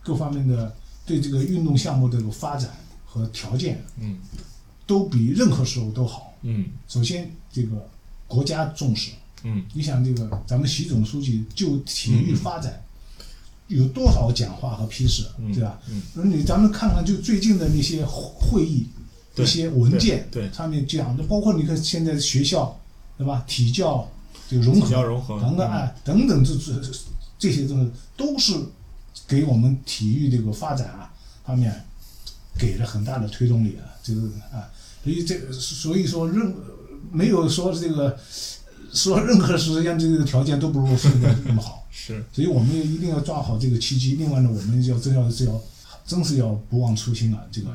各方面的对这个运动项目的这个发展和条件，嗯。都比任何时候都好。嗯首先，这个国家重视，嗯你想这个咱们习总书记就体育发展有多少讲话和批示，嗯，对吧？嗯那你咱们看看，就最近的那些会议、对一些文件对对上面讲的，包括你看现在学校，对吧？体教这个融比合，较融合，等等啊，等等这这这些东西都是给我们体育这个发展啊方面给了很大的推动力啊，这个啊，所以这所以说任没有说这个说任何实际上这个条件都不如中国那么好， [laughs] 是所以我们一定要抓好这个契机。另外呢，我们要真要是要真是要不忘初心啊，这个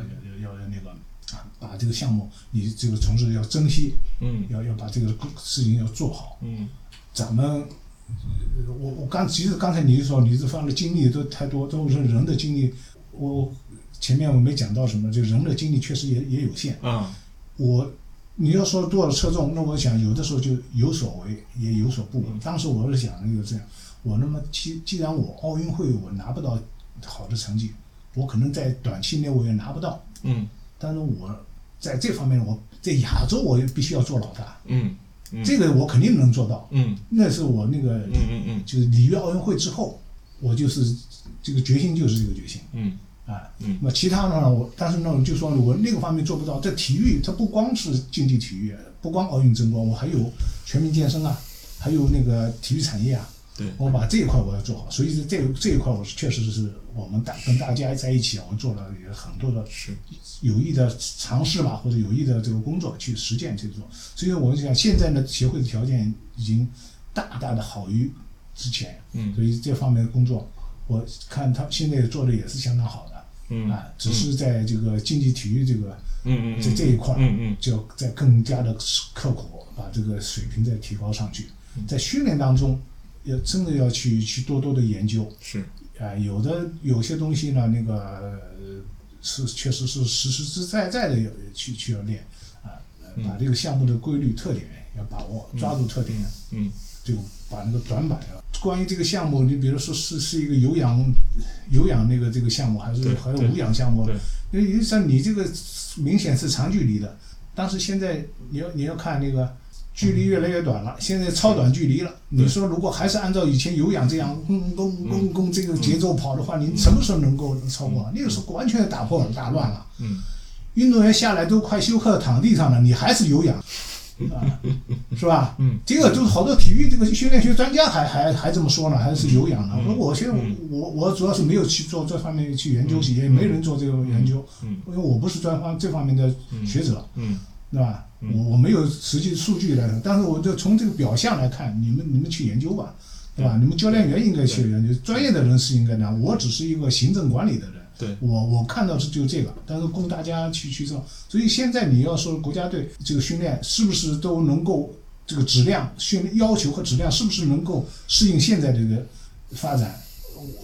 要要要那个啊，把这个项目你这个从事要珍惜，嗯要要把这个事情要做好。嗯咱们，呃我我刚其实刚才你就说你这方面的经历都太多，都是人的经历。我前面我没讲到什么，就人的经历确实也也有限。啊我你要说多少侧重，那我想有的时候就有所为，也有所不为嗯。当时我是想那个这样，我那么既既然我奥运会我拿不到好的成绩，我可能在短期内我也拿不到，嗯但是我在这方面我在亚洲我也必须要做老大，嗯嗯这个我肯定能做到。嗯那是我那个嗯嗯就是里约奥运会之后，我就是这个决心就是这个决心嗯啊。嗯那么其他的呢，我但是呢，我就说我那个方面做不到。这体育它不光是竞技体育，不光奥运争光，我还有全民健身啊，还有那个体育产业啊。对我把这一块我要做好，所以这这一块我是确实是我们大跟大家在一起啊，我做了也很多的是有益的尝试吧，或者有益的这个工作去实践去做。所以我就想，现在呢，协会的条件已经大大的好于之前，嗯所以这方面的工作，我看他们现在做的也是相当好的嗯啊，只是在这个竞技体育这个嗯嗯在这一块，嗯就要再更加的刻苦，把这个水平再提高上去嗯。在训练当中，要真的要去去多多的研究，嗯是啊、有的有些东西呢，那个呃是确实是实实实在在的有去去要练啊、呃把这个项目的规律特点要把握，抓住特点，嗯嗯就把那个短板啊。关于这个项目，你比如说是是一个有氧有氧那个这个项目，还是对还是对无氧项目对？因为像你这个明显是长距离的，但是现在你要你要看那个距离越来越嗯短了，现在超短距离了。你说如果还是按照以前有氧这样咣嗯咣咣咣这个节奏跑的话，你什么时候能够超过？那个时候完全打破了打乱了。嗯运动员下来都快休克躺地上了，你还是有 [laughs] 氧，啊，是吧？嗯，这个就是好多体育这个训练学专家还还还这么说呢，还是有氧呢。嗯那我现在嗯我我主要是没有去做这方面去研究，嗯也没人做这个研究，嗯因为我不是专方这方面的嗯学者，嗯对吧？嗯我我没有实际数据来的，但是我就从这个表象来看，你们你们去研究吧，嗯对吧？你们教练员应该去研究，专业的人士应该呢，我只是一个行政管理的人。对我我看到是就这个，但是供大家去去做。所以现在你要说国家队这个训练是不是都能够这个质量训练要求和质量是不是能够适应现在这个发展？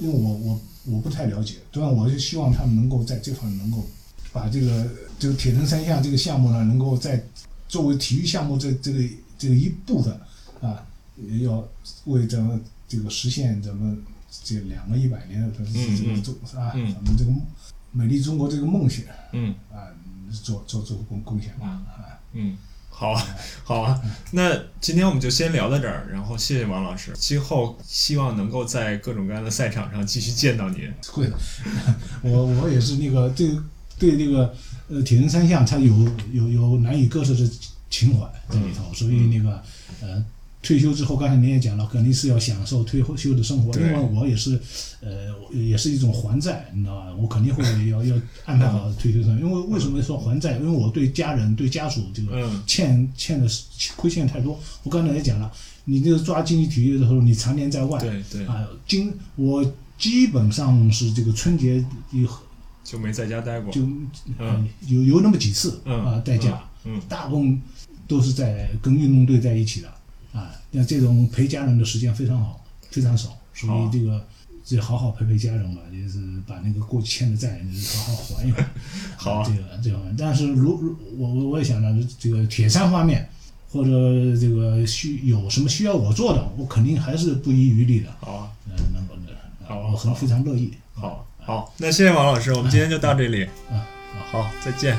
因为我我我不太了解，对吧？我就希望他们能够在这方面能够把这个这个铁人三项这个项目呢，能够在作为体育项目这这个这个一部分啊，也要为咱们这个实现咱们这两个一百年的这嗯个嗯中是吧？嗯咱们这个美丽中国这个梦想嗯啊，做做做贡贡献吧啊！嗯。好啊，好啊，那今天我们就先聊到这儿，然后谢谢王老师，今后希望能够在各种各样的赛场上继续见到您。会的， [laughs] 我我也是那个对对那个呃铁人三项，它有有有难以割舍的情怀在里嗯头，所以那个呃退休之后，刚才您也讲了，肯定是要享受退休的生活。对另外，我也是呃我也是一种还债，你知道吧？我 [laughs] 肯定会要要安排好退休生活，因为为什么说还债？因为我对家人、对家属这个嗯欠欠的亏欠太多。我刚才也讲了，你这个抓经济体育的时候，你常年在外，对对，啊，今我基本上是这个春节以后就没在家待过。就、嗯有有那么几次嗯啊、在家，嗯大部分都是在跟运动队在一起的啊。那这种陪家人的时间非常好，非常少，所好啊以这个这好好陪陪家人吧，就是把那个过去欠的债好好还一还。 [laughs] 好啊这个这方面。但是如如我我我也想呢，这个铁三方面或者这个需有什么需要我做的，我肯定还是不遗余力的。好啊，呃，能够的，好啊我很非常乐意。好，好，那谢谢王老师，我们今天就到这里，啊，好。好，再见。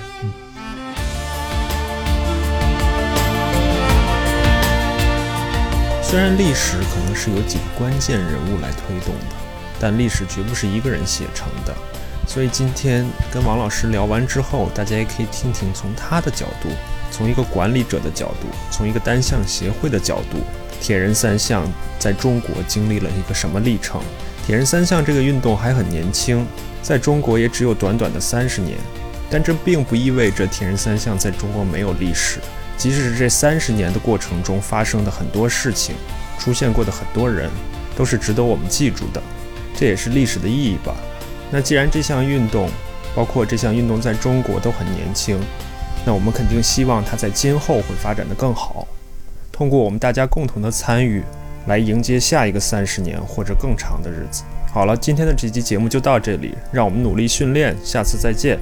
虽然历史可能是由几个关键人物来推动的，但历史绝不是一个人写成的。所以今天跟王老师聊完之后，大家也可以听听从他的角度，从一个管理者的角度，从一个单项协会的角度，铁人三项在中国经历了一个什么历程？铁人三项这个运动还很年轻，在中国也只有短短的三十年，但这并不意味着铁人三项在中国没有历史。即使是这三十年的过程中发生的很多事情，出现过的很多人，都是值得我们记住的。这也是历史的意义吧。那既然这项运动，包括这项运动在中国都很年轻，那我们肯定希望它在今后会发展得更好。通过我们大家共同的参与，来迎接下一个三十年或者更长的日子。好了，今天的这期节目就到这里，让我们努力训练，下次再见。